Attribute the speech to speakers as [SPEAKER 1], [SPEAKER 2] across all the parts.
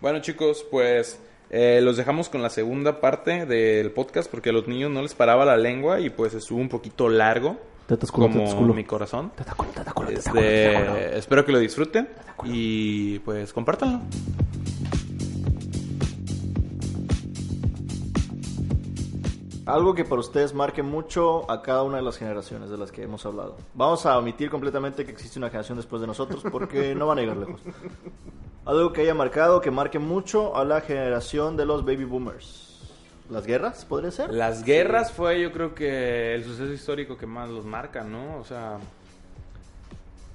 [SPEAKER 1] Bueno, chicos, pues eh, los dejamos con la segunda parte del podcast porque a los niños no les paraba la lengua y pues estuvo un poquito largo.
[SPEAKER 2] Tatasculo,
[SPEAKER 1] como
[SPEAKER 2] tatasculo.
[SPEAKER 1] mi corazón.
[SPEAKER 2] Tataculo, tataculo,
[SPEAKER 1] Este,
[SPEAKER 2] tataculo, tataculo.
[SPEAKER 1] espero que lo disfruten y pues compártanlo.
[SPEAKER 3] Algo que para ustedes marque mucho a cada una de las generaciones de las que hemos hablado. Vamos a omitir completamente que existe una generación después de nosotros porque no van a llegar lejos. Algo que haya marcado, que marque mucho a la generación de los baby boomers. ¿Las guerras podría ser?
[SPEAKER 1] Las guerras fue yo creo que el suceso histórico que más los marca, ¿no? O sea,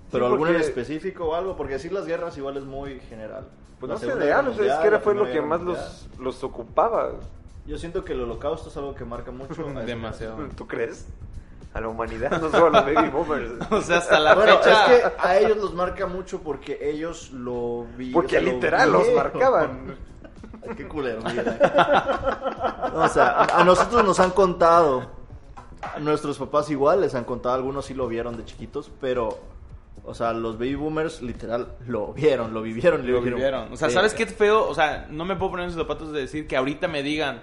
[SPEAKER 3] Pero
[SPEAKER 4] Sí,
[SPEAKER 3] alguna en
[SPEAKER 4] porque-
[SPEAKER 3] específico o algo, porque decir las guerras igual es muy general.
[SPEAKER 4] Pues
[SPEAKER 3] La
[SPEAKER 4] no sé,
[SPEAKER 3] Segunda
[SPEAKER 4] real,
[SPEAKER 3] Guerra
[SPEAKER 4] o sea, es
[SPEAKER 3] Mundial,
[SPEAKER 4] que era
[SPEAKER 3] la
[SPEAKER 4] fue lo
[SPEAKER 3] Primera
[SPEAKER 4] que
[SPEAKER 3] Guerra
[SPEAKER 4] más
[SPEAKER 3] Mundial.
[SPEAKER 4] los, los ocupaba.
[SPEAKER 3] Yo siento que el holocausto es algo que marca mucho. a esa
[SPEAKER 1] demasiado.
[SPEAKER 4] ¿Tú crees? A la humanidad, no solo a los baby boomers.
[SPEAKER 1] O sea, hasta la
[SPEAKER 3] Bueno,
[SPEAKER 1] fecha.
[SPEAKER 3] es que a ellos los marca mucho porque ellos lo vi.
[SPEAKER 4] Porque
[SPEAKER 3] o sea, lo
[SPEAKER 4] literal los
[SPEAKER 3] vieron.
[SPEAKER 4] marcaban.
[SPEAKER 3] Ay, Qué culero. Miguel, eh. No, o sea, a nosotros nos han contado, a nuestros papás igual les han contado, algunos sí lo vieron de chiquitos, pero, o sea, los baby boomers literal lo vieron, lo vivieron, "Eh,
[SPEAKER 1] Lo vivieron. O sea,
[SPEAKER 3] Sí.
[SPEAKER 1] ¿sabes qué feo? O sea, no me puedo poner en sus zapatos de decir que ahorita me digan.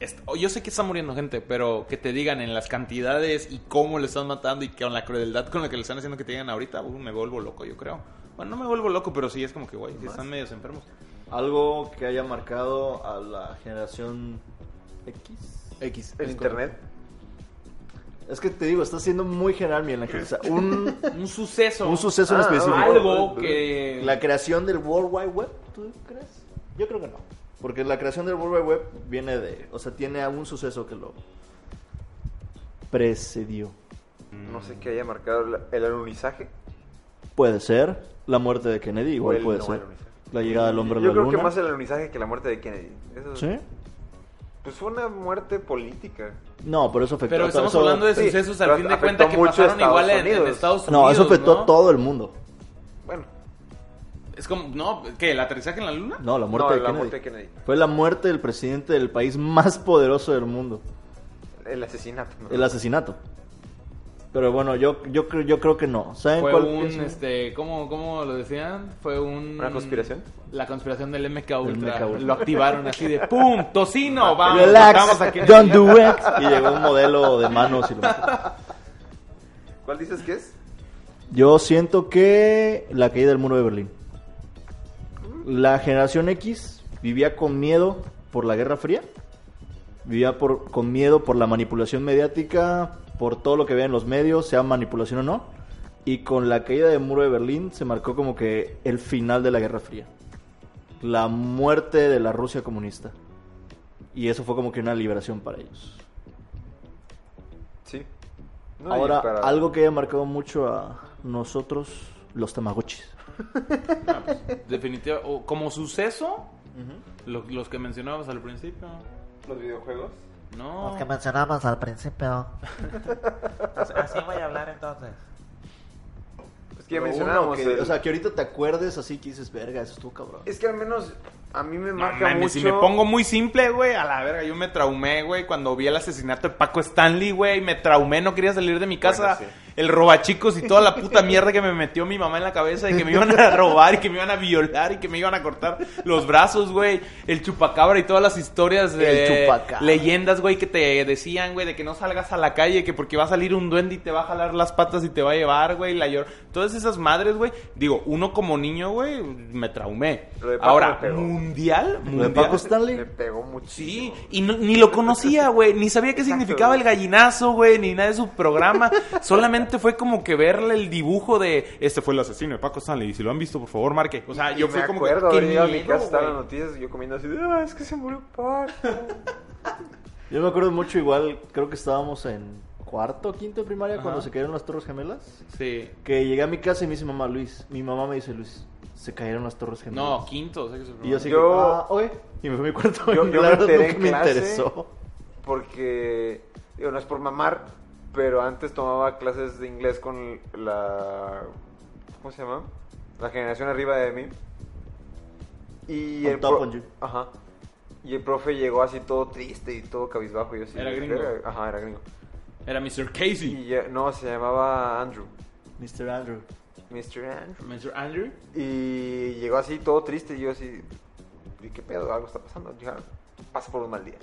[SPEAKER 1] est- o Yo sé que está muriendo gente, pero que te digan en las cantidades y cómo le están matando y con la crueldad con la que le están haciendo que te digan ahorita, uh, me vuelvo loco, yo creo. Bueno, no me vuelvo loco, pero sí es como que, güey, si están medios enfermos.
[SPEAKER 3] Algo que haya marcado a la generación X.
[SPEAKER 1] X.
[SPEAKER 4] El
[SPEAKER 1] es
[SPEAKER 4] internet.
[SPEAKER 3] Es que te digo, está siendo muy general, mi ángel. O sea, un,
[SPEAKER 1] correcto. Un suceso.
[SPEAKER 3] un suceso en
[SPEAKER 4] Ah,
[SPEAKER 3] específico.
[SPEAKER 1] Algo que.
[SPEAKER 3] La creación del World Wide Web, ¿tú crees? Yo creo que no. Porque la creación del World Wide Web viene de. O sea, tiene algún suceso que lo precedió.
[SPEAKER 4] No sé qué haya marcado la- el alunizaje.
[SPEAKER 3] Puede ser la muerte de Kennedy, igual
[SPEAKER 4] el-
[SPEAKER 3] puede
[SPEAKER 4] no,
[SPEAKER 3] ser.
[SPEAKER 4] el alunizaje.
[SPEAKER 3] La llegada del hombre a la
[SPEAKER 4] Yo creo
[SPEAKER 3] luna.
[SPEAKER 4] que más el alunizaje que la muerte de Kennedy. Eso-
[SPEAKER 3] ¿Sí?
[SPEAKER 4] Pues fue una muerte política.
[SPEAKER 3] No, pero eso afectó
[SPEAKER 1] Pero
[SPEAKER 3] a
[SPEAKER 1] estamos
[SPEAKER 3] todo-
[SPEAKER 1] hablando de
[SPEAKER 4] sí,
[SPEAKER 1] sucesos al
[SPEAKER 4] pero
[SPEAKER 1] fin de
[SPEAKER 4] afectó
[SPEAKER 1] cuentas que
[SPEAKER 4] mucho a
[SPEAKER 1] pasaron igual en- en,
[SPEAKER 4] Estados
[SPEAKER 1] Estados Unidos.
[SPEAKER 3] No, eso afectó
[SPEAKER 1] ¿no?
[SPEAKER 3] a todo el mundo.
[SPEAKER 4] Bueno,
[SPEAKER 1] Es como, ¿no? ¿Qué? ¿El aterrizaje en la luna?
[SPEAKER 3] No, la
[SPEAKER 4] no,
[SPEAKER 3] muerte, de,
[SPEAKER 4] la
[SPEAKER 3] Kennedy.
[SPEAKER 4] muerte de Kennedy.
[SPEAKER 3] Fue la muerte del presidente del país más poderoso del mundo.
[SPEAKER 4] El asesinato. ¿no?
[SPEAKER 3] El asesinato. Pero bueno, yo, yo, creo- yo creo que no. ¿Saben
[SPEAKER 1] Fue
[SPEAKER 3] cuál
[SPEAKER 1] un,
[SPEAKER 3] pienso?
[SPEAKER 1] este, ¿cómo, ¿cómo lo decían? Fue un...
[SPEAKER 4] ¿Una conspiración?
[SPEAKER 1] La conspiración del MK Ultra.
[SPEAKER 3] MK Ultra.
[SPEAKER 1] Lo activaron así de ¡pum! ¡Tocino! ¡Vamos!
[SPEAKER 3] Relax,
[SPEAKER 1] vamos aquí.
[SPEAKER 3] don't do it. Y llegó un modelo de manos y lo mató.
[SPEAKER 4] ¿Cuál dices que es?
[SPEAKER 3] Yo siento que la caída del muro de Berlín. La generación X vivía con miedo por la Guerra Fría. Vivía por, con miedo por la manipulación mediática, por todo lo que veía en los medios, sea manipulación o no. Y con la caída del muro de Berlín se marcó como que el final de la Guerra Fría. La muerte de la Rusia comunista. Y eso fue como que una liberación para ellos.
[SPEAKER 4] Sí. No, y
[SPEAKER 3] Ahora,
[SPEAKER 4] para-
[SPEAKER 3] algo que haya marcado mucho a nosotros, los Tamagotchis.
[SPEAKER 1] Definitivo. o Como suceso, lo- los que mencionabas al principio.
[SPEAKER 4] Los videojuegos.
[SPEAKER 1] No.
[SPEAKER 5] Los que mencionamos al principio. Así- Así voy a hablar entonces.
[SPEAKER 4] Es Pues que ya
[SPEAKER 3] Pero uno
[SPEAKER 4] mencionábamos.
[SPEAKER 3] que-
[SPEAKER 4] el-
[SPEAKER 3] O sea, que ahorita te acuerdes así que dices, verga, eso estuvo cabrón.
[SPEAKER 4] Es que al menos a mí me
[SPEAKER 1] No
[SPEAKER 4] marca
[SPEAKER 1] mames,
[SPEAKER 4] mucho.
[SPEAKER 1] si me pongo muy simple, güey, a la verga, yo me traumé, güey, cuando vi el asesinato de Paco Stanley, güey, me traumé, no quería salir de mi casa,
[SPEAKER 4] Bueno,
[SPEAKER 1] el robachicos y toda la puta mierda que me metió mi mamá en la cabeza y que me iban a robar y que me iban a violar y que me iban a cortar los brazos, güey, el chupacabra y todas las historias
[SPEAKER 3] El
[SPEAKER 1] de
[SPEAKER 3] chupacabra.
[SPEAKER 1] leyendas, güey, que te decían, güey, de que no salgas a la calle, que porque va a salir un duende y te va a jalar las patas y te va a llevar, güey, la llor... Todas esas madres, güey, digo, uno como niño, güey, me traumé.
[SPEAKER 4] Lo de Paco me
[SPEAKER 1] Ahora,
[SPEAKER 4] pegó.
[SPEAKER 1] mundial,
[SPEAKER 3] Lo de
[SPEAKER 1] mundial.
[SPEAKER 3] Paco Stanley.
[SPEAKER 4] Me pegó
[SPEAKER 1] Sí,
[SPEAKER 4] muchísimo.
[SPEAKER 1] y no- ni lo conocía, güey, ni sabía qué
[SPEAKER 4] Exacto,
[SPEAKER 1] significaba
[SPEAKER 4] güey.
[SPEAKER 1] el gallinazo, güey, ni nada de su programa. Solamente fue como que verle el dibujo de este fue el asesino de Paco Stanley. Y si lo han visto, por favor, marque. O sea,
[SPEAKER 4] Y
[SPEAKER 1] yo
[SPEAKER 4] me
[SPEAKER 1] fui como que.
[SPEAKER 4] acuerdo
[SPEAKER 1] ¡qué
[SPEAKER 4] haber ido a mi
[SPEAKER 1] miedo,
[SPEAKER 4] casa, estaban las
[SPEAKER 1] güey!
[SPEAKER 4] noticias y yo comiendo así, ah, es que se murió Paco.
[SPEAKER 3] Yo me acuerdo mucho igual, creo que estábamos en cuarto, quinto de primaria
[SPEAKER 1] Ajá.
[SPEAKER 3] cuando se cayeron las Torres Gemelas.
[SPEAKER 1] Sí.
[SPEAKER 3] Que llegué a mi casa y me dice mamá Luis, mi mamá me dice Luis, se cayeron las Torres Gemelas.
[SPEAKER 1] No, quinto. o sea que es el
[SPEAKER 3] Y yo
[SPEAKER 1] programa.
[SPEAKER 3] así,
[SPEAKER 4] Yo-
[SPEAKER 3] ah, ok. Y me fui a mi cuarto.
[SPEAKER 4] Yo-
[SPEAKER 3] y
[SPEAKER 4] yo
[SPEAKER 3] la
[SPEAKER 4] me
[SPEAKER 3] verdad
[SPEAKER 4] enteré
[SPEAKER 3] nunca
[SPEAKER 4] en
[SPEAKER 3] me
[SPEAKER 4] clase.
[SPEAKER 3] interesó.
[SPEAKER 4] Porque, digo, no es por mamar, pero antes tomaba clases de inglés con la. ¿Cómo se llama? La generación arriba de mí. Y
[SPEAKER 3] On
[SPEAKER 4] el
[SPEAKER 3] top on you.
[SPEAKER 4] Ajá. Y el profe llegó así todo triste y todo cabizbajo. y yo así,
[SPEAKER 1] Era gringo.
[SPEAKER 4] "Verga". Ajá, era gringo.
[SPEAKER 1] Era Mr. Casey.
[SPEAKER 4] Y ya- no, se llamaba Andrew.
[SPEAKER 3] Mr. Andrew.
[SPEAKER 4] Mr. Andrew.
[SPEAKER 1] Mr. Andrew.
[SPEAKER 4] Y llegó así todo triste y yo así, ¿y qué pedo? Algo está pasando. Ya, pasa por un mal día.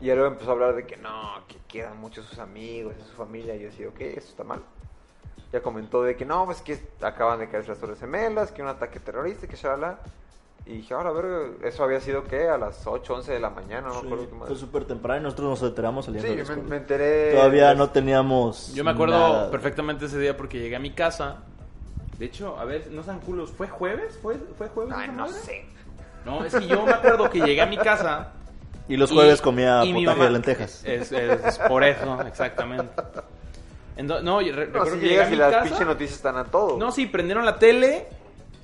[SPEAKER 4] Y ya luego empezó a hablar de que no, que quedan muchos sus amigos, su familia. Y yo decía, ok, esto está mal. Ya comentó de que no, pues que acaban de caerse las Torres Gemelas, que un ataque terrorista, que shalala. Y dije, ahora, a ver, eso había sido que a las 8, 11 de la mañana, no me
[SPEAKER 3] Sí,
[SPEAKER 4] acuerdo qué más.
[SPEAKER 3] fue súper temprano y nosotros nos enteramos saliendo
[SPEAKER 4] Sí,
[SPEAKER 3] de la
[SPEAKER 4] me,
[SPEAKER 3] escuela.
[SPEAKER 4] me enteré.
[SPEAKER 3] Todavía no teníamos.
[SPEAKER 1] Yo me acuerdo
[SPEAKER 3] nada.
[SPEAKER 1] perfectamente ese día porque llegué a mi casa. De hecho, a ver, no sean culos, ¿fue jueves? ¿Fue, fue jueves?
[SPEAKER 4] Ay,
[SPEAKER 1] esa
[SPEAKER 4] no
[SPEAKER 1] madre?
[SPEAKER 4] sé.
[SPEAKER 1] No, es que yo me acuerdo que llegué a mi casa.
[SPEAKER 3] Y los jueves
[SPEAKER 1] y-
[SPEAKER 3] comía
[SPEAKER 1] y mi
[SPEAKER 3] potaje
[SPEAKER 1] mamá-
[SPEAKER 3] de lentejas.
[SPEAKER 1] Es, es- es por eso, exactamente. Ento- no, yo re-
[SPEAKER 4] No,
[SPEAKER 1] recuerdo
[SPEAKER 4] si
[SPEAKER 1] que llegué a
[SPEAKER 4] llegas y
[SPEAKER 1] mi
[SPEAKER 4] las
[SPEAKER 1] casa.
[SPEAKER 4] pinches noticias están a todo.
[SPEAKER 1] No, sí, prendieron la tele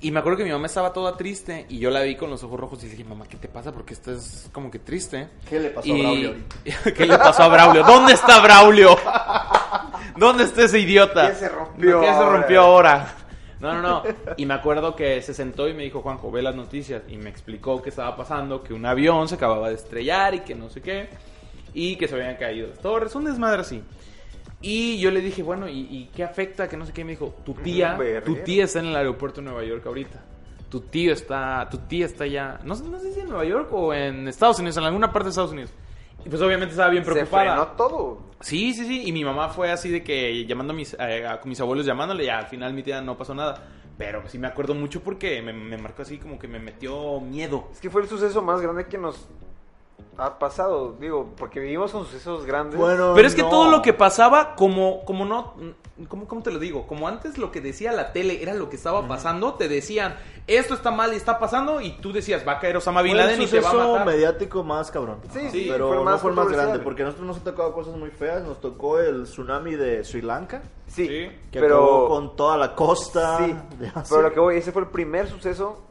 [SPEAKER 1] y me acuerdo que mi mamá estaba toda triste y yo la vi con los ojos rojos y dije, mamá, ¿qué te pasa? Porque estás como que triste.
[SPEAKER 3] ¿Qué le pasó a
[SPEAKER 1] Y-
[SPEAKER 3] Braulio ahorita?
[SPEAKER 1] ¿Qué le pasó a Braulio? ¿Dónde está Braulio? ¿Dónde está ese idiota?
[SPEAKER 4] ¿Qué se rompió
[SPEAKER 1] ¿Qué se
[SPEAKER 4] ahora?
[SPEAKER 1] rompió ahora? No, no, no. Y me acuerdo que se sentó y me dijo, Juanjo, ve las noticias. Y me explicó qué estaba pasando, que un avión se acababa de estrellar y que no sé qué. Y que se habían caído las torres. Un desmadre así. Y yo le dije, bueno, ¿y, y qué afecta? Que no sé qué. Y me dijo, tu tía,
[SPEAKER 4] Verga.
[SPEAKER 1] tu tía está en el aeropuerto de Nueva York ahorita. Tu tío está, tu tía está allá. No, sé- no sé si en Nueva York o en Estados Unidos, en alguna parte de Estados Unidos. Y pues obviamente estaba bien
[SPEAKER 4] se
[SPEAKER 1] preocupada.
[SPEAKER 4] frenó todo.
[SPEAKER 1] Sí, sí, sí. Y mi mamá fue así de que llamando a mis, eh, a- con mis abuelos llamándole y al final mi tía no pasó nada. Pero sí me acuerdo mucho porque me, me marcó así como que me metió miedo.
[SPEAKER 4] Es que fue el suceso más grande que nos ha pasado, digo, porque vivimos con sucesos grandes.
[SPEAKER 3] Bueno,
[SPEAKER 1] Pero es que
[SPEAKER 3] no.
[SPEAKER 1] todo lo que pasaba, como, como no, como, ¿cómo te lo digo? Como antes lo que decía la tele era lo que estaba pasando, te decían, esto está mal y está pasando, y tú decías, va a caer Osama
[SPEAKER 3] Fue
[SPEAKER 1] Bin
[SPEAKER 3] el
[SPEAKER 1] Laden y te va a
[SPEAKER 3] suceso
[SPEAKER 1] matar.
[SPEAKER 3] mediático más cabrón.
[SPEAKER 4] Sí,
[SPEAKER 3] Ajá.
[SPEAKER 4] sí,
[SPEAKER 3] pero
[SPEAKER 4] fue el
[SPEAKER 3] no
[SPEAKER 4] más
[SPEAKER 3] fue el más
[SPEAKER 4] controversial.
[SPEAKER 3] grande porque a nosotros nos han tocado cosas muy feas. Nos tocó el tsunami de Sri Lanka,
[SPEAKER 4] sí,
[SPEAKER 1] Sí.
[SPEAKER 3] que
[SPEAKER 4] pero
[SPEAKER 3] acabó con toda la costa.
[SPEAKER 4] sí,
[SPEAKER 3] de Asia.
[SPEAKER 4] pero lo que voy, ese fue el primer suceso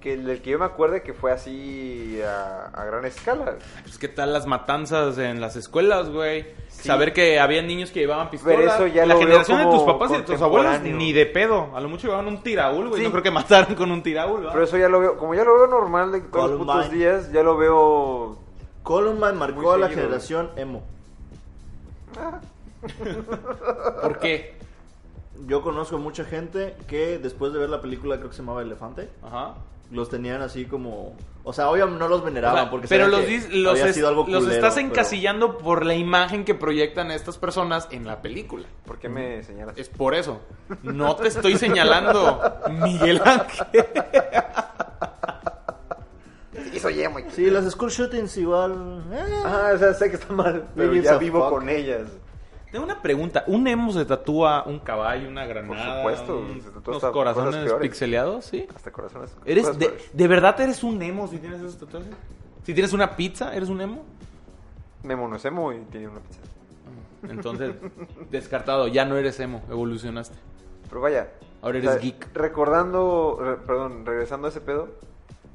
[SPEAKER 4] que del que yo me acuerde que fue así a, a gran escala.
[SPEAKER 1] Pues qué tal las matanzas en las escuelas, güey. Saber que había niños que llevaban pistolas.
[SPEAKER 4] Pero eso ya
[SPEAKER 1] la
[SPEAKER 4] lo veo
[SPEAKER 1] generación de
[SPEAKER 4] como
[SPEAKER 1] tus papás y de tus abuelos
[SPEAKER 4] contemporáneo.
[SPEAKER 1] ni de pedo. A lo mucho llevaban un tiraúl, güey.
[SPEAKER 4] Sí.
[SPEAKER 1] No creo que mataran con un tiraúl, ¿va?
[SPEAKER 4] Pero eso ya lo veo, como ya lo veo normal de todos los
[SPEAKER 3] Columbine.
[SPEAKER 4] putos días, ya lo veo
[SPEAKER 3] Columbine marcó
[SPEAKER 4] Muy
[SPEAKER 3] a la
[SPEAKER 4] seguido,
[SPEAKER 3] generación emo.
[SPEAKER 1] ¿Por qué?
[SPEAKER 3] Yo conozco mucha gente que después de ver la película, creo que se llamaba Elefante,
[SPEAKER 1] Ajá.
[SPEAKER 3] los tenían así como. O sea, obviamente no los veneraban
[SPEAKER 1] O sea,
[SPEAKER 3] porque
[SPEAKER 1] pero
[SPEAKER 3] sabían
[SPEAKER 1] los,
[SPEAKER 3] que
[SPEAKER 1] dis- los,
[SPEAKER 3] había
[SPEAKER 1] es-
[SPEAKER 3] sido algo
[SPEAKER 1] los
[SPEAKER 3] culero,
[SPEAKER 1] estás
[SPEAKER 3] pero-
[SPEAKER 1] encasillando por la imagen que proyectan estas personas en la película.
[SPEAKER 4] ¿Por qué
[SPEAKER 3] Mm.
[SPEAKER 4] me señalas?
[SPEAKER 1] Es por eso. No te estoy señalando, Miguel Ángel.
[SPEAKER 4] Y soy emo. y-
[SPEAKER 3] Sí, las school shootings igual. eh.
[SPEAKER 4] Ah, o sea, sé que está mal, pero
[SPEAKER 3] Gives
[SPEAKER 4] ya
[SPEAKER 3] a
[SPEAKER 4] vivo
[SPEAKER 3] fuck.
[SPEAKER 4] con ellas.
[SPEAKER 1] Tengo una pregunta. ¿Un emo se tatúa un caballo, una granada?
[SPEAKER 4] supuesto,
[SPEAKER 1] un-
[SPEAKER 4] se tatúa
[SPEAKER 1] unos
[SPEAKER 4] hasta cosas
[SPEAKER 1] corazones
[SPEAKER 4] peores.
[SPEAKER 1] pixeleados, ¿sí?
[SPEAKER 4] Hasta corazones.
[SPEAKER 1] ¿Eres
[SPEAKER 4] cosas
[SPEAKER 1] de,
[SPEAKER 4] peores.
[SPEAKER 1] ¿De verdad eres un emo si tienes esos tatuajes? Si tienes una pizza, ¿eres un emo?
[SPEAKER 4] Memo no es emo y tiene una pizza.
[SPEAKER 1] Entonces, descartado, ya no eres emo, evolucionaste.
[SPEAKER 4] Pero vaya.
[SPEAKER 1] Ahora eres geek.
[SPEAKER 4] Recordando, re- perdón, regresando a ese pedo,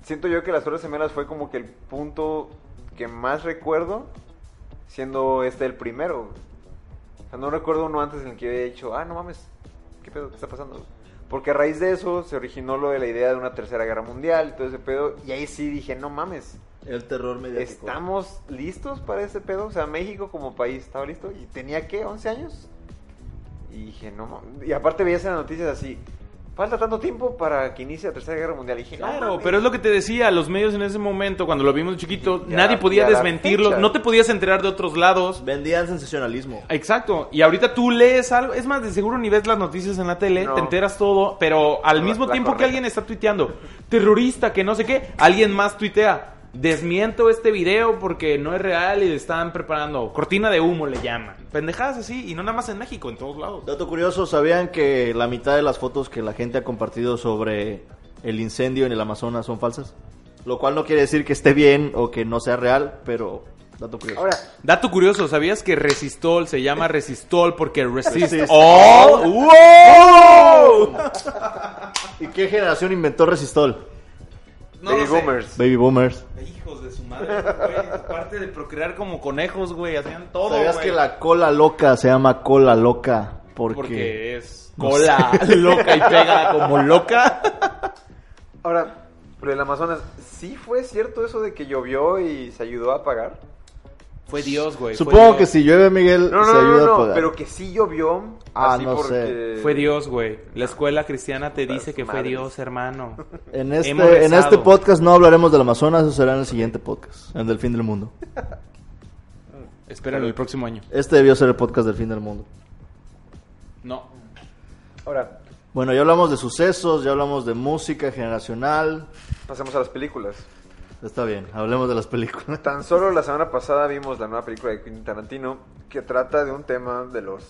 [SPEAKER 4] siento yo que las Torres Gemelas fue como que el punto que más recuerdo, siendo este el primero. O sea, no recuerdo uno antes en el que yo haya dicho, ah, no mames, ¿qué pedo? ¿Qué está pasando? Porque a raíz de eso se originó lo de la idea de una tercera guerra mundial y todo ese pedo. Y ahí sí dije, no mames,
[SPEAKER 3] El terror mediático.
[SPEAKER 4] ¿estamos listos para ese pedo? O sea, México como país estaba listo. ¿Y tenía qué? ¿11 años? Y dije, no. ma- Y aparte veías en las noticias así: falta tanto tiempo para que inicie la Tercera Guerra Mundial. Y dije, no,
[SPEAKER 1] Claro,
[SPEAKER 4] mames.
[SPEAKER 1] pero es lo que te decía, los medios en ese momento, cuando lo vimos chiquito,
[SPEAKER 4] Ya,
[SPEAKER 1] nadie podía
[SPEAKER 4] ya la
[SPEAKER 1] desmentirlo,
[SPEAKER 4] fecha.
[SPEAKER 1] no te podías enterar de otros lados.
[SPEAKER 3] Vendían sensacionalismo.
[SPEAKER 1] Exacto, y ahorita tú lees algo, es más, de seguro ni ves las noticias en la tele,
[SPEAKER 4] No.
[SPEAKER 1] te enteras todo, pero al
[SPEAKER 4] La-
[SPEAKER 1] mismo
[SPEAKER 4] la
[SPEAKER 1] tiempo que
[SPEAKER 4] correcta.
[SPEAKER 1] alguien está tuiteando, terrorista, que no sé qué, alguien más tuitea, desmiento este video porque no es real y le están preparando, cortina de humo le llaman, pendejadas así, y no nada más en México, en todos lados.
[SPEAKER 3] Dato curioso, ¿sabían que la mitad de las fotos que la gente ha compartido sobre el incendio en el Amazonas son falsas? Lo cual no quiere decir que esté bien o que no sea real, pero dato curioso.
[SPEAKER 4] Ahora,
[SPEAKER 1] Dato curioso, ¿sabías que Resistol se llama Resistol porque resist
[SPEAKER 3] Resist.
[SPEAKER 1] all? ¡Wow!
[SPEAKER 3] ¡Oh! ¿Y qué generación inventó Resistol?
[SPEAKER 1] No
[SPEAKER 4] Baby
[SPEAKER 1] lo sé.
[SPEAKER 4] Boomers.
[SPEAKER 3] Baby boomers.
[SPEAKER 1] Hijos de su madre, güey. Aparte de procrear como conejos, güey, hacían todo,
[SPEAKER 3] ¿Sabías
[SPEAKER 1] güey.
[SPEAKER 3] que la cola loca se llama cola loca? Porque,
[SPEAKER 1] Porque es cola loca y pega como loca.
[SPEAKER 4] Ahora, lo del Amazonas, ¿sí fue cierto eso de que llovió y se ayudó a apagar?
[SPEAKER 1] Fue Dios, güey. fue
[SPEAKER 3] Supongo
[SPEAKER 1] Dios.
[SPEAKER 3] que si llueve, Miguel,
[SPEAKER 4] No,
[SPEAKER 3] se
[SPEAKER 4] no, no,
[SPEAKER 3] ayuda
[SPEAKER 4] no,
[SPEAKER 3] a pagar.
[SPEAKER 4] pero que sí llovió.
[SPEAKER 3] Ah,
[SPEAKER 4] así
[SPEAKER 3] no sé.
[SPEAKER 4] porque...
[SPEAKER 1] Fue Dios, güey. La escuela cristiana te
[SPEAKER 4] Putas
[SPEAKER 1] dice que fue
[SPEAKER 4] madres.
[SPEAKER 1] Dios, hermano.
[SPEAKER 3] En este,
[SPEAKER 1] Hemos
[SPEAKER 3] en este
[SPEAKER 1] rezado.
[SPEAKER 3] podcast no hablaremos del Amazonas, eso será en el siguiente podcast, el del fin del mundo.
[SPEAKER 1] Espéralo el próximo año.
[SPEAKER 3] Este debió ser el podcast del fin del mundo.
[SPEAKER 1] No.
[SPEAKER 4] Ahora,
[SPEAKER 3] Bueno, ya hablamos de sucesos, ya hablamos de música generacional.
[SPEAKER 4] pasemos a las películas.
[SPEAKER 3] Está bien, hablemos de las películas.
[SPEAKER 4] Tan solo la semana pasada vimos la nueva película de Quentin Tarantino que trata de un tema de los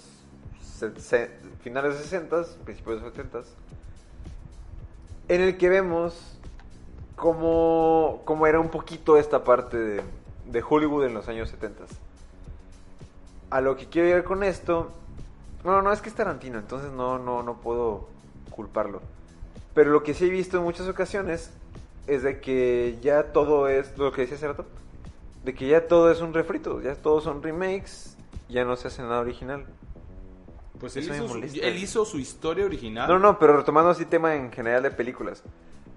[SPEAKER 4] se- se- finales de 60s, principios de 70s, en el que vemos cómo, cómo era un poquito esta parte de, de Hollywood en los años 70s. A lo que quiero llegar con esto, bueno, no es que es Tarantino, entonces no, no, no puedo culparlo. Pero lo que sí he visto en muchas ocasiones es de que ya todo es, lo que decía hace rato, de que ya todo es un refrito, ya todos son remakes, ya no se hace nada original.
[SPEAKER 1] Pues
[SPEAKER 4] él
[SPEAKER 1] él, hizo
[SPEAKER 4] Eso me hizo su-
[SPEAKER 1] su,
[SPEAKER 4] molesta. él hizo
[SPEAKER 1] historia original.
[SPEAKER 4] No, no, pero retomando así tema en general de películas.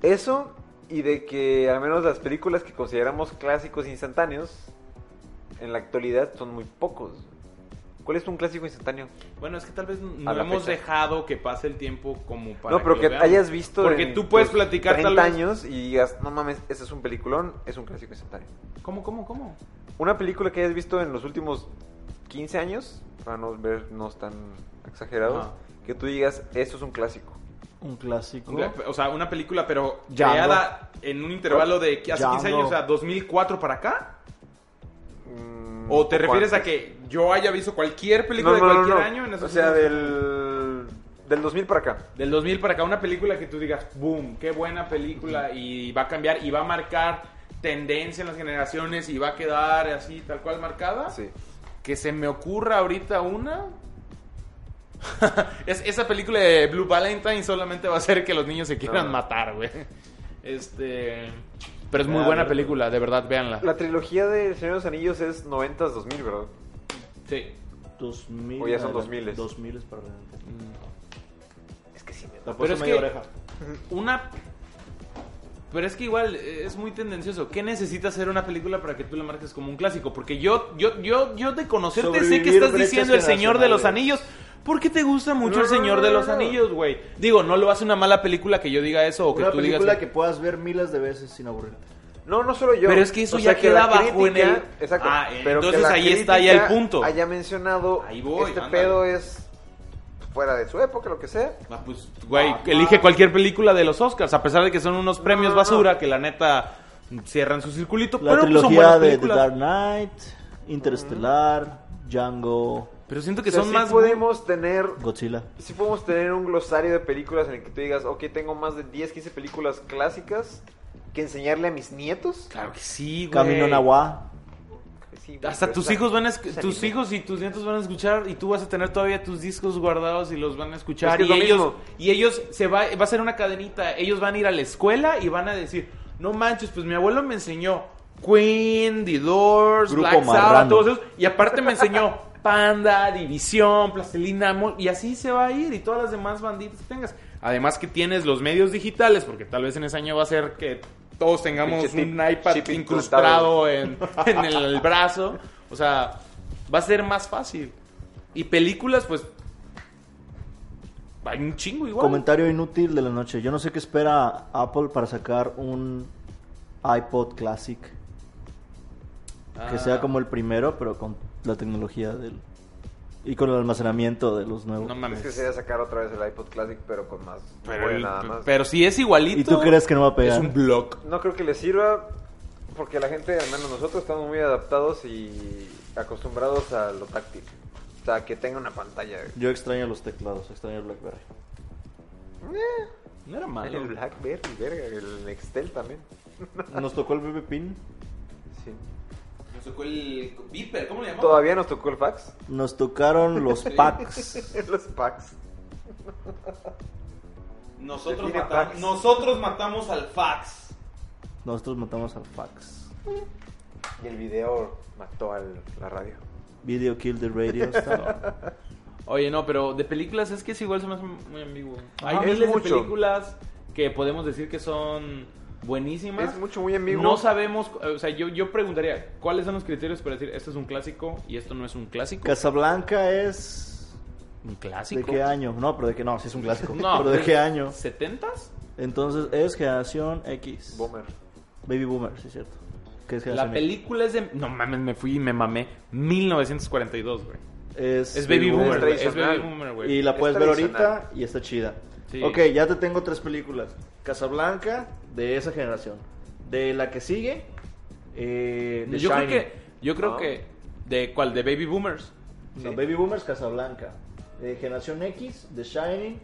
[SPEAKER 4] Eso y de que al menos las películas que consideramos clásicos instantáneos, en la actualidad son muy pocos. ¿Cuál es un clásico instantáneo?
[SPEAKER 1] Bueno, es que tal vez no
[SPEAKER 4] la
[SPEAKER 1] hemos
[SPEAKER 4] fecha.
[SPEAKER 1] dejado que pase el tiempo como para.
[SPEAKER 4] no, pero
[SPEAKER 1] lo
[SPEAKER 4] que
[SPEAKER 1] veamos.
[SPEAKER 4] hayas visto
[SPEAKER 1] Porque
[SPEAKER 4] en
[SPEAKER 1] tú puedes
[SPEAKER 4] tus
[SPEAKER 1] platicar
[SPEAKER 4] 30
[SPEAKER 1] tal vez.
[SPEAKER 4] años y digas, no mames, ese es un peliculón, es un clásico instantáneo.
[SPEAKER 1] ¿Cómo, cómo, cómo?
[SPEAKER 4] Una película que hayas visto en los últimos 15 años, para no vernos tan exagerados,
[SPEAKER 1] Ajá.
[SPEAKER 4] que tú digas, esto es un clásico.
[SPEAKER 3] Un clásico.
[SPEAKER 1] O sea, una película, pero
[SPEAKER 3] Django.
[SPEAKER 1] creada en un intervalo de hace 15
[SPEAKER 3] Django.
[SPEAKER 1] años, o sea, 2004 para acá.
[SPEAKER 4] Mm,
[SPEAKER 1] ¿O te
[SPEAKER 4] poco
[SPEAKER 1] refieres a
[SPEAKER 4] antes.
[SPEAKER 1] que yo haya visto cualquier película de cualquier año? En esos
[SPEAKER 4] o sea,
[SPEAKER 1] años?
[SPEAKER 4] del, del 2000 para acá.
[SPEAKER 1] Del 2000 para acá, una película que tú digas, boom, qué buena película y va a cambiar y va a marcar tendencia en las generaciones y va a quedar así tal cual marcada.
[SPEAKER 4] Sí.
[SPEAKER 1] Que se me ocurra ahorita una. es, esa película de Blue Valentine solamente va a hacer que los niños se quieran
[SPEAKER 4] No.
[SPEAKER 1] matar, güey. Este. Pero es muy
[SPEAKER 4] Ah,
[SPEAKER 1] buena
[SPEAKER 4] pero-
[SPEAKER 1] película, de verdad, véanla.
[SPEAKER 4] La trilogía de El Señor de los Anillos es 90s, 2000, ¿verdad?
[SPEAKER 1] Sí.
[SPEAKER 3] 2000.
[SPEAKER 4] O ya son
[SPEAKER 3] adelante,
[SPEAKER 4] 2000s.
[SPEAKER 3] 2000 para adelante.
[SPEAKER 4] Es que sí,
[SPEAKER 3] Mm. La
[SPEAKER 1] Pero
[SPEAKER 3] puse
[SPEAKER 1] es
[SPEAKER 3] media
[SPEAKER 1] que-
[SPEAKER 3] oreja.
[SPEAKER 1] Una. Pero es que igual eh, es muy tendencioso. ¿Qué necesita hacer una película para que tú la marques como un clásico? Porque yo, yo, yo, yo de conocerte sé que
[SPEAKER 3] Sobrevivir
[SPEAKER 1] estás
[SPEAKER 3] brechas
[SPEAKER 1] diciendo el Señor de los
[SPEAKER 3] generacionales.
[SPEAKER 1] Anillos. ¿Por qué te gusta mucho
[SPEAKER 4] No,
[SPEAKER 1] el
[SPEAKER 4] no,
[SPEAKER 1] Señor
[SPEAKER 4] no,
[SPEAKER 1] de
[SPEAKER 4] no,
[SPEAKER 1] los
[SPEAKER 4] no.
[SPEAKER 1] Anillos, güey? Digo, no lo hace una mala película que yo diga eso o que
[SPEAKER 3] Una
[SPEAKER 1] tú
[SPEAKER 3] película
[SPEAKER 1] digas.
[SPEAKER 3] que puedas ver miles de veces sin aburrirte.
[SPEAKER 4] No, no solo yo.
[SPEAKER 1] Pero es que eso ya
[SPEAKER 4] sea,
[SPEAKER 1] queda
[SPEAKER 4] la
[SPEAKER 1] bajo en el-
[SPEAKER 4] Exacto.
[SPEAKER 1] Ah, eh,
[SPEAKER 4] pero que
[SPEAKER 1] entonces
[SPEAKER 4] la
[SPEAKER 1] ahí está ya el
[SPEAKER 4] crítica
[SPEAKER 1] punto.
[SPEAKER 4] Haya mencionado.
[SPEAKER 1] Ahí voy,
[SPEAKER 4] Este
[SPEAKER 1] ándale.
[SPEAKER 4] pedo es fuera de su época, lo que sea.
[SPEAKER 1] Ah, pues, güey, elige cualquier película de los Oscars, a pesar de que son unos premios
[SPEAKER 4] no, no.
[SPEAKER 1] basura que la neta cierran su circulito.
[SPEAKER 3] La
[SPEAKER 1] pero pues, son
[SPEAKER 3] trilogía
[SPEAKER 1] buenas
[SPEAKER 3] de The
[SPEAKER 1] películas. Mm.
[SPEAKER 3] Dark Knight, Interestelar, Django,
[SPEAKER 1] Pero siento que
[SPEAKER 4] O sea,
[SPEAKER 1] son
[SPEAKER 4] sí
[SPEAKER 1] más.
[SPEAKER 4] podemos tener.
[SPEAKER 3] Godzilla.
[SPEAKER 4] Sí podemos tener un glosario de películas en el que tú digas, ok, tengo más de 10, 15 películas clásicas que enseñarle a mis nietos.
[SPEAKER 1] Claro que sí, güey.
[SPEAKER 3] Camino Nahua.
[SPEAKER 4] Sí, pues, güey,
[SPEAKER 1] Hasta
[SPEAKER 4] pero
[SPEAKER 1] tus
[SPEAKER 4] esa-
[SPEAKER 1] hijos van a, esc-
[SPEAKER 4] esa
[SPEAKER 1] tus
[SPEAKER 4] anime.
[SPEAKER 1] hijos y tus nietos van a escuchar y tú vas a tener todavía tus discos guardados y los van a escuchar
[SPEAKER 4] Es que es
[SPEAKER 1] y
[SPEAKER 4] lo
[SPEAKER 1] ellos
[SPEAKER 4] mismo.
[SPEAKER 1] y ellos se va va a ser una cadenita, ellos van a ir a la escuela y van a decir, "No manches, pues mi abuelo me enseñó Queen, The Doors,
[SPEAKER 3] Grupo
[SPEAKER 1] Black Sabbath,
[SPEAKER 3] Marrano.
[SPEAKER 1] todos esos y aparte me enseñó Panda, División, Plastilina Amor", y así se va a ir y todas las demás banditas que tengas. Además que tienes los medios digitales porque tal vez en ese año va a ser que todos tengamos
[SPEAKER 4] Pinche
[SPEAKER 1] un
[SPEAKER 4] tip-
[SPEAKER 1] iPad
[SPEAKER 4] chip
[SPEAKER 1] incrustado en, en el brazo. O sea, va a ser más fácil. Y películas, pues. Hay un chingo igual.
[SPEAKER 3] Comentario inútil de la noche. Yo no sé qué espera Apple para sacar un iPod Classic que
[SPEAKER 1] Ah,
[SPEAKER 3] sea como el primero, pero con la tecnología del y con el almacenamiento de los nuevos.
[SPEAKER 1] No
[SPEAKER 4] Es
[SPEAKER 1] mames.
[SPEAKER 4] que sería sacar otra vez el iPod Classic, pero con más.
[SPEAKER 1] pero,
[SPEAKER 4] memoria
[SPEAKER 1] el-
[SPEAKER 4] nada más.
[SPEAKER 1] pero si es igualito.
[SPEAKER 3] ¿Y tú crees que no va a pegar?
[SPEAKER 1] Es un blog.
[SPEAKER 4] No creo que le sirva, porque la gente, al menos nosotros, estamos muy adaptados y acostumbrados a lo táctil. O sea, que tenga una pantalla. güey.
[SPEAKER 3] Yo extraño los teclados, extraño el BlackBerry.
[SPEAKER 1] Ah, No era malo.
[SPEAKER 4] El Blackberry, verga, el Nextel también.
[SPEAKER 3] Nos tocó el BB Pin,
[SPEAKER 4] Sí.
[SPEAKER 1] Nos tocó el Viper, ¿cómo le llamamos?
[SPEAKER 4] Todavía nos tocó el fax.
[SPEAKER 3] nos tocaron los packs.
[SPEAKER 4] Los packs.
[SPEAKER 1] Nosotros,
[SPEAKER 4] Define
[SPEAKER 1] matam-
[SPEAKER 4] fax.
[SPEAKER 1] Nosotros matamos al fax.
[SPEAKER 3] Nosotros matamos al fax.
[SPEAKER 4] Y el video mató a la radio.
[SPEAKER 3] Video Kill the Radio. Star.
[SPEAKER 1] Oye, no, pero de películas es que es igual se me hace muy ambiguo. Hay
[SPEAKER 4] Ajá. Ah, Es
[SPEAKER 1] miles de
[SPEAKER 4] mucho.
[SPEAKER 1] películas que podemos decir que son buenísimas.
[SPEAKER 4] Es mucho, muy ambiguo.
[SPEAKER 1] No sabemos, eh, o sea, yo, yo preguntaría, ¿cuáles son los criterios para decir esto es un clásico y esto no es un clásico?
[SPEAKER 3] Casablanca es.
[SPEAKER 1] ¿Un
[SPEAKER 3] ¿De
[SPEAKER 1] clásico?
[SPEAKER 3] qué año? No, pero de que no, sí es un clásico.
[SPEAKER 1] No,
[SPEAKER 3] pero de qué año.
[SPEAKER 1] ¿70s?
[SPEAKER 3] Entonces es generación X.
[SPEAKER 4] Bomber.
[SPEAKER 3] Baby Boomer, sí, es cierto. Que es
[SPEAKER 1] La
[SPEAKER 3] generación
[SPEAKER 1] película es de... No mames, me fui y me mamé. 1942, güey.
[SPEAKER 3] X. Es,
[SPEAKER 1] Es Baby Boomer, güey. Es
[SPEAKER 4] tradicional.
[SPEAKER 1] Baby Boomer, güey.
[SPEAKER 3] Y la
[SPEAKER 4] Es
[SPEAKER 3] puedes ver
[SPEAKER 4] tradicional.
[SPEAKER 3] ahorita y está chida.
[SPEAKER 1] Sí.
[SPEAKER 3] Ok, ya te tengo tres películas. Casablanca, de esa generación. De la que sigue, eh, The
[SPEAKER 1] yo
[SPEAKER 3] Shining.
[SPEAKER 1] creo que... Yo creo
[SPEAKER 4] Ah.
[SPEAKER 1] que... ¿De cuál? ¿De Baby Boomers?
[SPEAKER 3] No, Baby Boomers, Casablanca. Eh, generación X, The Shining.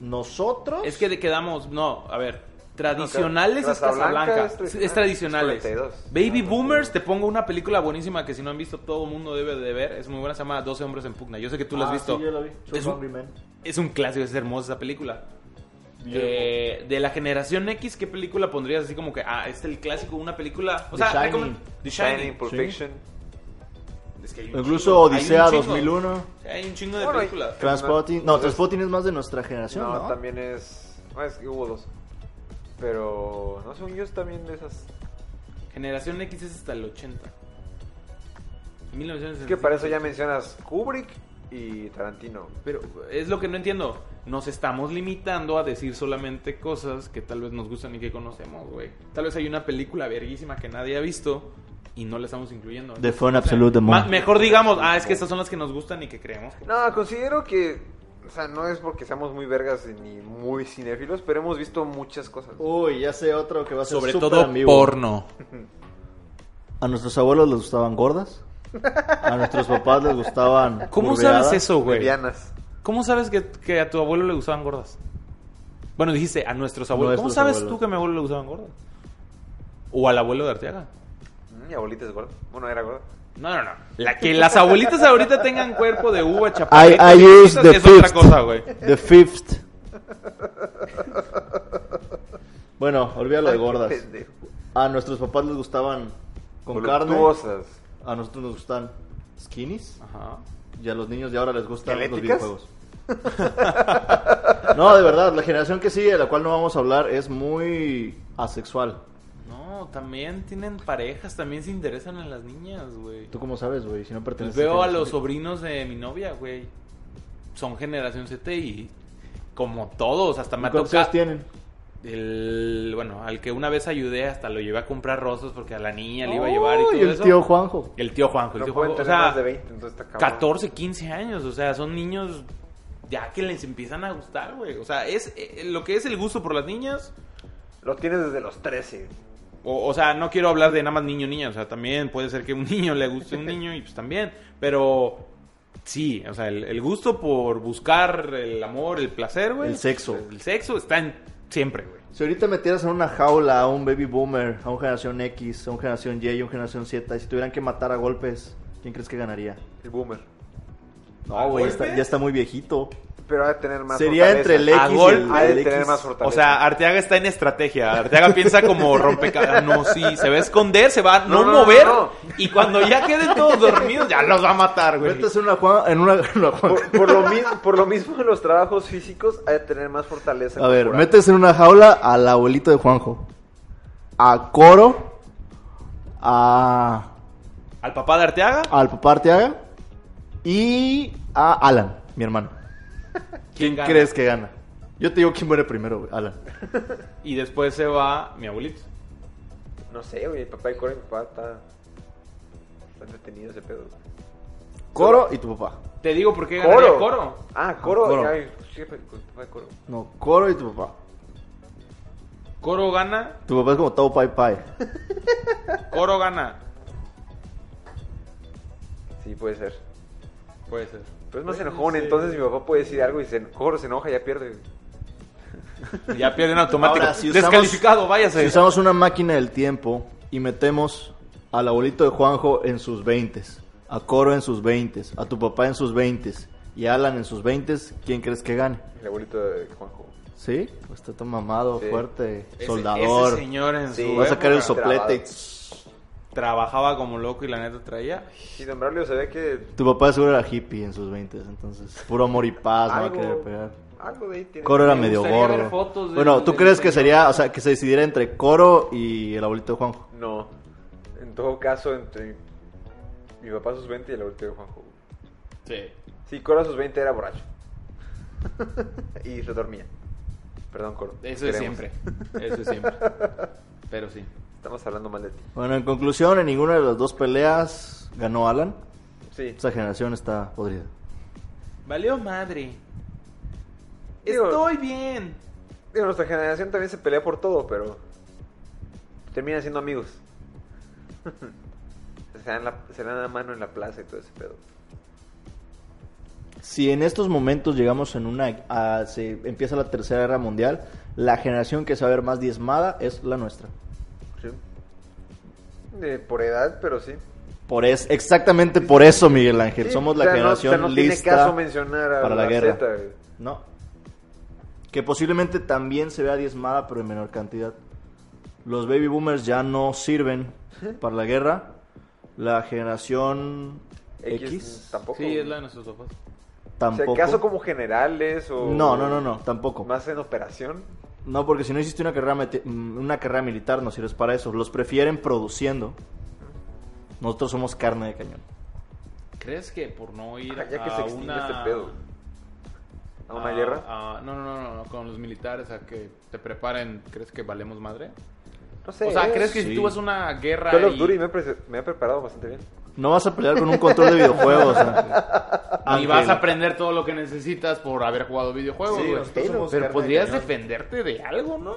[SPEAKER 3] Nosotros.
[SPEAKER 1] Es que de- quedamos... No, a ver. Tradicionales
[SPEAKER 4] No,
[SPEAKER 1] es
[SPEAKER 4] Casablanca
[SPEAKER 1] Casablanca.
[SPEAKER 4] es
[SPEAKER 1] Es,
[SPEAKER 4] tradicional.
[SPEAKER 1] tradicionales.
[SPEAKER 4] 42.
[SPEAKER 1] Baby Boomers, te pongo una película buenísima que si no han visto todo el mundo debe de ver. Es muy buena, se llama 12 hombres en pugna. Yo sé que tú la has
[SPEAKER 3] Ah,
[SPEAKER 1] visto.
[SPEAKER 3] sí, yo la vi. Two
[SPEAKER 1] Es un-
[SPEAKER 3] Hungry Men.
[SPEAKER 1] Es un clásico, es hermosa esa película.
[SPEAKER 3] Beautiful.
[SPEAKER 1] Eh, de la generación X, ¿qué película pondrías así como que, ah, este es el clásico, una película? O
[SPEAKER 3] The
[SPEAKER 1] sea,
[SPEAKER 3] Shining.
[SPEAKER 1] recomend- The Shining.
[SPEAKER 4] Shining, Pulp
[SPEAKER 3] Sí.
[SPEAKER 4] Fiction.
[SPEAKER 1] Es que hay un
[SPEAKER 3] Incluso
[SPEAKER 1] chingo, hay un
[SPEAKER 3] Odisea
[SPEAKER 1] chingo.
[SPEAKER 3] 2001.
[SPEAKER 1] Hay un chingo de
[SPEAKER 4] Bueno, y-
[SPEAKER 1] películas.
[SPEAKER 3] Transporting. No, Transporting es más de nuestra generación,
[SPEAKER 4] No,
[SPEAKER 3] ¿no?
[SPEAKER 4] también es. No, es que hubo dos. Pero. No, según yo es también de esas.
[SPEAKER 1] Generación X es hasta el 80.
[SPEAKER 4] Es que para eso ya mencionas Kubrick y Tarantino.
[SPEAKER 1] Pero es lo que no entiendo. Nos estamos limitando a decir solamente cosas que tal vez nos gustan y que conocemos, güey. Tal vez hay una película verguísima que nadie ha visto y no la estamos incluyendo.
[SPEAKER 3] The Fun Absolute
[SPEAKER 1] Ma-
[SPEAKER 3] Demon.
[SPEAKER 1] Mejor digamos, ah, es que estas son las que nos gustan y que creemos que...
[SPEAKER 4] No, considero que. O sea, no es porque seamos muy vergas ni muy cinéfilos, pero hemos visto muchas cosas.
[SPEAKER 1] Oh,
[SPEAKER 3] Uy, ya sé otro que va a ser
[SPEAKER 1] Sobre
[SPEAKER 3] súper
[SPEAKER 1] todo
[SPEAKER 3] ambiguo.
[SPEAKER 1] porno.
[SPEAKER 3] A nuestros abuelos les gustaban gordas. A nuestros papás les gustaban.
[SPEAKER 1] ¿Cómo
[SPEAKER 3] curveadas.
[SPEAKER 1] sabes eso, güey?
[SPEAKER 4] Medianas.
[SPEAKER 1] ¿Cómo sabes que, que a tu abuelo le gustaban gordas? Bueno, dijiste a nuestros abuelos. ¿Cómo
[SPEAKER 3] Nuestros
[SPEAKER 1] sabes
[SPEAKER 3] abuelos.
[SPEAKER 1] tú que a mi abuelo le gustaban gordas? ¿O al abuelo de Arteaga?
[SPEAKER 4] Mm, Mi abuelita es gorda. Bueno, era gorda.
[SPEAKER 1] No, no, no. La que las abuelitas ahorita tengan cuerpo de uva
[SPEAKER 3] I,
[SPEAKER 1] chaparrito.
[SPEAKER 3] I
[SPEAKER 1] viejito,
[SPEAKER 3] use the
[SPEAKER 1] es otra
[SPEAKER 3] fifth.
[SPEAKER 1] cosa, güey.
[SPEAKER 3] The fifth. Bueno, olvídalo de gordas.
[SPEAKER 4] Pendejo.
[SPEAKER 3] A nuestros papás les gustaban con carne.
[SPEAKER 4] Voluptuosas.
[SPEAKER 3] A nosotros nos gustan skinnies.
[SPEAKER 1] Ajá.
[SPEAKER 3] Y a los niños de ahora les gustan los
[SPEAKER 4] ¿Eléctricas?
[SPEAKER 3] videojuegos. no, de verdad, la generación que sigue, de la cual no vamos a hablar, es muy asexual.
[SPEAKER 1] No, también tienen parejas, también se interesan en las niñas, güey.
[SPEAKER 3] ¿Tú cómo sabes, güey? Si no
[SPEAKER 1] Pues
[SPEAKER 3] perteneces
[SPEAKER 1] veo a
[SPEAKER 3] generación.
[SPEAKER 1] los sobrinos de mi novia, güey. Son generación Z y como todos, hasta me
[SPEAKER 3] ¿Y
[SPEAKER 1] ha
[SPEAKER 3] ¿Cuántos años
[SPEAKER 1] tocado...
[SPEAKER 3] tienen?
[SPEAKER 1] El, bueno, al que una vez ayudé hasta lo llevé a comprar rosas porque a la niña le iba a
[SPEAKER 3] Ay,
[SPEAKER 1] llevar y todo
[SPEAKER 3] el
[SPEAKER 1] eso.
[SPEAKER 3] tío Juanjo.
[SPEAKER 1] El tío Juanjo. El
[SPEAKER 4] No
[SPEAKER 1] tío
[SPEAKER 4] pueden
[SPEAKER 1] Juanjo. O
[SPEAKER 4] tener
[SPEAKER 1] sea,
[SPEAKER 4] más de 20, entonces está cabrón.
[SPEAKER 1] 14, 15 años. O sea, son niños ya que les empiezan a gustar, güey. O sea, es eh, lo que es el gusto por las niñas.
[SPEAKER 4] Lo tienes desde los 13.
[SPEAKER 1] O, o sea, no quiero hablar de nada más niño niña. O sea, también puede ser que un niño le guste a un niño y pues también. Pero sí, o sea, el, el gusto por buscar el amor, el placer, güey.
[SPEAKER 3] El sexo.
[SPEAKER 1] El sexo está en, siempre, güey.
[SPEAKER 3] Si ahorita metieras en una jaula a un baby boomer, a un generación X, a un generación Y, a un generación Z, y si tuvieran que matar a golpes, ¿quién crees que ganaría?
[SPEAKER 4] El boomer.
[SPEAKER 1] ¿A
[SPEAKER 3] No, güey,
[SPEAKER 1] golpes?
[SPEAKER 3] está- ya está muy viejito.
[SPEAKER 4] Pero ha de tener más
[SPEAKER 3] Sería entre el
[SPEAKER 4] fortaleza.
[SPEAKER 3] X
[SPEAKER 1] A
[SPEAKER 3] y
[SPEAKER 1] golpes.
[SPEAKER 3] el,
[SPEAKER 4] Ha de
[SPEAKER 3] el
[SPEAKER 4] tener
[SPEAKER 3] X.
[SPEAKER 4] más fortaleza.
[SPEAKER 1] O sea, Arteaga está en estrategia. Arteaga piensa como rompecabezas. No, sí, se va a esconder, se va a no,
[SPEAKER 4] No, no,
[SPEAKER 1] mover.
[SPEAKER 4] no, no.
[SPEAKER 1] Y cuando ya queden todos dormidos, ya los va a matar, güey.
[SPEAKER 3] Métese en una jua- en una- en una jua-
[SPEAKER 4] Por, por lo mismo, por lo mismo en los trabajos físicos hay que tener más fortaleza.
[SPEAKER 3] A ver,
[SPEAKER 4] corporal.
[SPEAKER 3] métese en una jaula al abuelito de Juanjo, a Coro, a
[SPEAKER 1] Al papá de Arteaga,
[SPEAKER 3] al papá Arteaga y a Alan, mi hermano.
[SPEAKER 1] ¿quién gana?
[SPEAKER 3] ¿Crees que gana? Yo te digo quién muere primero, güey, Alan.
[SPEAKER 1] Y después se va mi abuelito.
[SPEAKER 4] No sé, güey, el papá de Corey, mi papá está. Está entretenido ese pedo.
[SPEAKER 3] Coro y tu papá.
[SPEAKER 1] Te digo por qué ganaría Coro.
[SPEAKER 4] Ah, Coro.
[SPEAKER 3] Coro.
[SPEAKER 4] ay, sí, papá de Coro.
[SPEAKER 3] No, Coro y tu papá.
[SPEAKER 1] Coro gana,
[SPEAKER 3] Tu papá es como Tau Pai Pai.
[SPEAKER 1] Coro gana.
[SPEAKER 4] Sí, puede ser.
[SPEAKER 1] Puede ser.
[SPEAKER 4] Pero es más enojón, entonces mi papá puede decir algo y se, Coro se enoja, ya pierde.
[SPEAKER 1] Ya pierden automático.
[SPEAKER 3] Ahora, si usamos-
[SPEAKER 1] Descalificado, váyase.
[SPEAKER 3] Si usamos una máquina del tiempo y metemos al abuelito de Juanjo en sus 20, a Coro en sus 20, a tu papá en sus 20 y a Alan en sus 20, ¿quién crees que gane?
[SPEAKER 4] El abuelito de Juanjo.
[SPEAKER 3] ¿Sí? Pues está tan mamado,
[SPEAKER 4] Sí.
[SPEAKER 3] fuerte,
[SPEAKER 1] Ese-
[SPEAKER 3] soldador.
[SPEAKER 1] Ese señor en
[SPEAKER 4] Sí,
[SPEAKER 1] su
[SPEAKER 3] Va a sacar el
[SPEAKER 1] época
[SPEAKER 3] soplete.
[SPEAKER 4] Grabado.
[SPEAKER 1] Trabajaba como loco y la neta traía.
[SPEAKER 4] Y Don Braulio se ve que
[SPEAKER 3] Tu papá seguro era hippie en sus 20, entonces puro amor y paz, Ah, no va a
[SPEAKER 4] Algo.
[SPEAKER 3] querer pegar.
[SPEAKER 4] Algo de ahí tiene.
[SPEAKER 3] Coro era
[SPEAKER 1] Me
[SPEAKER 3] medio
[SPEAKER 1] gustaría ver
[SPEAKER 3] gordo.
[SPEAKER 1] fotos de-
[SPEAKER 3] bueno, ¿tú
[SPEAKER 1] de-
[SPEAKER 3] crees
[SPEAKER 1] de-
[SPEAKER 3] que sería, o sea, que se decidiera entre Coro y el abuelito de Juanjo?
[SPEAKER 4] No. En todo caso, entre mi papá a sus 20 y el abuelito de Juanjo. güey.
[SPEAKER 1] Sí.
[SPEAKER 4] Sí, Coro a sus 20 era borracho. y se dormía. Perdón, Coro.
[SPEAKER 1] Eso
[SPEAKER 4] Queremos.
[SPEAKER 1] es siempre. Eso es siempre. Pero sí.
[SPEAKER 4] Estamos hablando mal de ti.
[SPEAKER 3] Bueno, en conclusión, en ninguna de las dos peleas ganó Alan.
[SPEAKER 4] Sí.
[SPEAKER 3] Esa generación está podrida.
[SPEAKER 1] Valió madre.
[SPEAKER 4] Digo-
[SPEAKER 1] Estoy bien.
[SPEAKER 4] Digo, nuestra generación también se pelea por todo, pero termina siendo amigos. se, dan la, se dan la mano en la plaza y todo ese pedo.
[SPEAKER 3] Si en estos momentos llegamos en una, a- se empieza la tercera guerra mundial, la generación que se va a ver más diezmada es la nuestra.
[SPEAKER 4] Sí. Eh, por edad, pero sí.
[SPEAKER 3] Por es, exactamente por eso, Miguel Ángel,
[SPEAKER 4] Sí,
[SPEAKER 3] somos
[SPEAKER 4] o
[SPEAKER 3] la
[SPEAKER 4] sea, no- o sea,
[SPEAKER 3] generación
[SPEAKER 4] no,
[SPEAKER 3] lista
[SPEAKER 4] tiene caso mencionar a
[SPEAKER 3] para la
[SPEAKER 4] la,
[SPEAKER 3] guerra.
[SPEAKER 4] Zeta, güey.
[SPEAKER 3] No. Que posiblemente también se vea diezmada, pero en menor cantidad. Los baby boomers ya no sirven para la guerra. La generación X,
[SPEAKER 4] X, tampoco.
[SPEAKER 1] Sí, es la de nuestros ojos.
[SPEAKER 4] O sea,
[SPEAKER 3] tampoco.
[SPEAKER 4] caso como generales o...
[SPEAKER 3] No, no, no, no, tampoco.
[SPEAKER 4] Más en operación.
[SPEAKER 3] No, porque si no hiciste una carrera, mete- mm, una carrera militar, no sirves para eso. Los prefieren produciendo. Nosotros somos carne de cañón.
[SPEAKER 1] ¿Crees que por no ir
[SPEAKER 4] Ah, ya que
[SPEAKER 1] a
[SPEAKER 4] se extingue
[SPEAKER 1] una...
[SPEAKER 4] este pedo. ¿A una
[SPEAKER 1] a-
[SPEAKER 4] guerra?
[SPEAKER 1] a- no, no, no, no, no, con los militares a que te preparen, ¿crees que valemos madre?
[SPEAKER 4] No sé.
[SPEAKER 1] o sea,
[SPEAKER 4] eh,
[SPEAKER 1] ¿crees que
[SPEAKER 3] sí.
[SPEAKER 1] si tú vas a una guerra
[SPEAKER 4] Call of
[SPEAKER 1] y
[SPEAKER 4] Duty me, ha pre- me ha preparado bastante bien.
[SPEAKER 3] No vas a pelear con un control de videojuegos.
[SPEAKER 1] y
[SPEAKER 3] Ángel.
[SPEAKER 1] vas a aprender todo lo que necesitas por haber jugado videojuegos,
[SPEAKER 2] Sí,
[SPEAKER 1] güey?
[SPEAKER 2] nosotros somos carne
[SPEAKER 1] pero
[SPEAKER 2] de
[SPEAKER 1] podrías
[SPEAKER 2] cañón.
[SPEAKER 1] defenderte de algo, ¿no?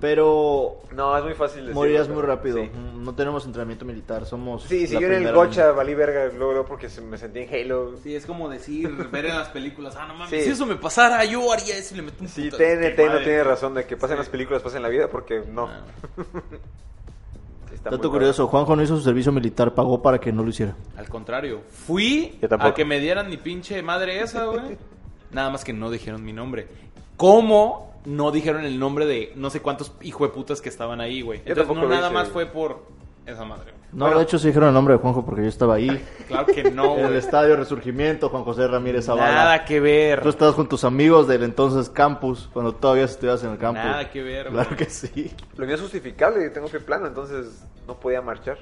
[SPEAKER 3] Pero
[SPEAKER 4] No, es muy fácil decirlo,
[SPEAKER 3] morirás
[SPEAKER 4] pero-
[SPEAKER 3] muy rápido. Mm,
[SPEAKER 4] Sí.
[SPEAKER 3] No tenemos entrenamiento militar, somos.
[SPEAKER 4] Sí, sí,
[SPEAKER 3] la
[SPEAKER 4] yo en el
[SPEAKER 3] primera
[SPEAKER 4] Gocha
[SPEAKER 3] línea.
[SPEAKER 4] valí verga luego, luego porque se- me sentí en Halo. Sí,
[SPEAKER 1] Sí, es como decir, ver en las películas, ah, no mames,
[SPEAKER 4] Sí.
[SPEAKER 1] si eso me pasara, yo haría eso y le meto un putazo.
[SPEAKER 4] TNT
[SPEAKER 1] Qué
[SPEAKER 4] no
[SPEAKER 1] madre.
[SPEAKER 4] tiene razón de que pasen
[SPEAKER 1] Sí.
[SPEAKER 4] las películas, pasen la vida, porque no.
[SPEAKER 1] Ah.
[SPEAKER 4] Sí, está muy
[SPEAKER 3] Dato curioso, Juanjo no hizo su servicio militar, pagó para que no lo hiciera.
[SPEAKER 1] Al contrario, fui
[SPEAKER 4] Yo tampoco.
[SPEAKER 1] a que me dieran mi pinche madre esa, güey. Nada más que no dijeron mi nombre. ¿Cómo no dijeron el nombre de no sé cuántos hijo de putas que estaban ahí, güey?
[SPEAKER 4] Yo
[SPEAKER 1] Entonces,
[SPEAKER 4] tampoco
[SPEAKER 1] no,
[SPEAKER 4] lo
[SPEAKER 1] nada
[SPEAKER 4] hice,
[SPEAKER 1] más
[SPEAKER 4] güey.
[SPEAKER 1] fue por esa madre, güey.
[SPEAKER 3] No, de hecho se dijeron el nombre de Juanjo porque yo estaba ahí.
[SPEAKER 1] Claro que no,
[SPEAKER 3] en el
[SPEAKER 1] güey.
[SPEAKER 3] estadio Resurgimiento, Juan José Ramírez Zavala.
[SPEAKER 1] Nada que ver.
[SPEAKER 3] Tú estabas con tus amigos del entonces campus, cuando todavía estuvieras en el campus.
[SPEAKER 1] Nada que ver,
[SPEAKER 3] Claro
[SPEAKER 1] güey.
[SPEAKER 3] que sí.
[SPEAKER 4] curioso. Lo mío es justificable, tengo que plano, entonces no podía marchar.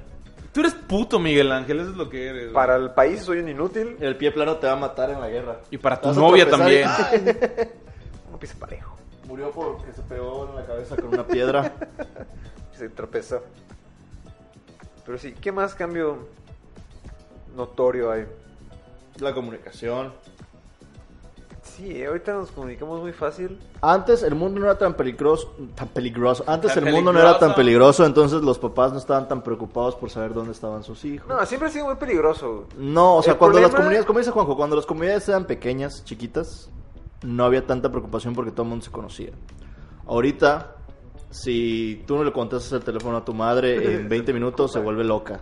[SPEAKER 1] Tú eres puto, Miguel Ángel, eso es lo que eres. güey.
[SPEAKER 4] Para el país soy un inútil,
[SPEAKER 3] El pie plano te va a matar en la guerra.
[SPEAKER 1] Y para tu
[SPEAKER 3] Vas a
[SPEAKER 1] novia
[SPEAKER 3] tropezar y-
[SPEAKER 1] también.
[SPEAKER 4] un piso parejo.
[SPEAKER 3] ¡Ay! Murió porque se pegó en la cabeza con una piedra.
[SPEAKER 4] Se tropezó. Pero sí, ¿qué más cambio notorio hay?
[SPEAKER 3] la comunicación.
[SPEAKER 4] Sí, eh, ahorita nos comunicamos muy fácil.
[SPEAKER 3] Antes el mundo no era tan peligroso, tan peligroso. Antes
[SPEAKER 1] Tan
[SPEAKER 3] el mundo no era tan
[SPEAKER 1] peligroso.
[SPEAKER 3] peligroso, entonces los papás no estaban tan preocupados por saber dónde estaban sus hijos.
[SPEAKER 4] No, siempre ha sido muy peligroso.
[SPEAKER 3] No, o sea,
[SPEAKER 4] El
[SPEAKER 3] cuando las
[SPEAKER 4] problema-
[SPEAKER 3] comunidades, como dice Juanjo, cuando las comunidades eran pequeñas, chiquitas, no había tanta preocupación porque todo el mundo se conocía. Ahorita, si tú no le contestas el teléfono a tu madre en 20 minutos, se vuelve loca.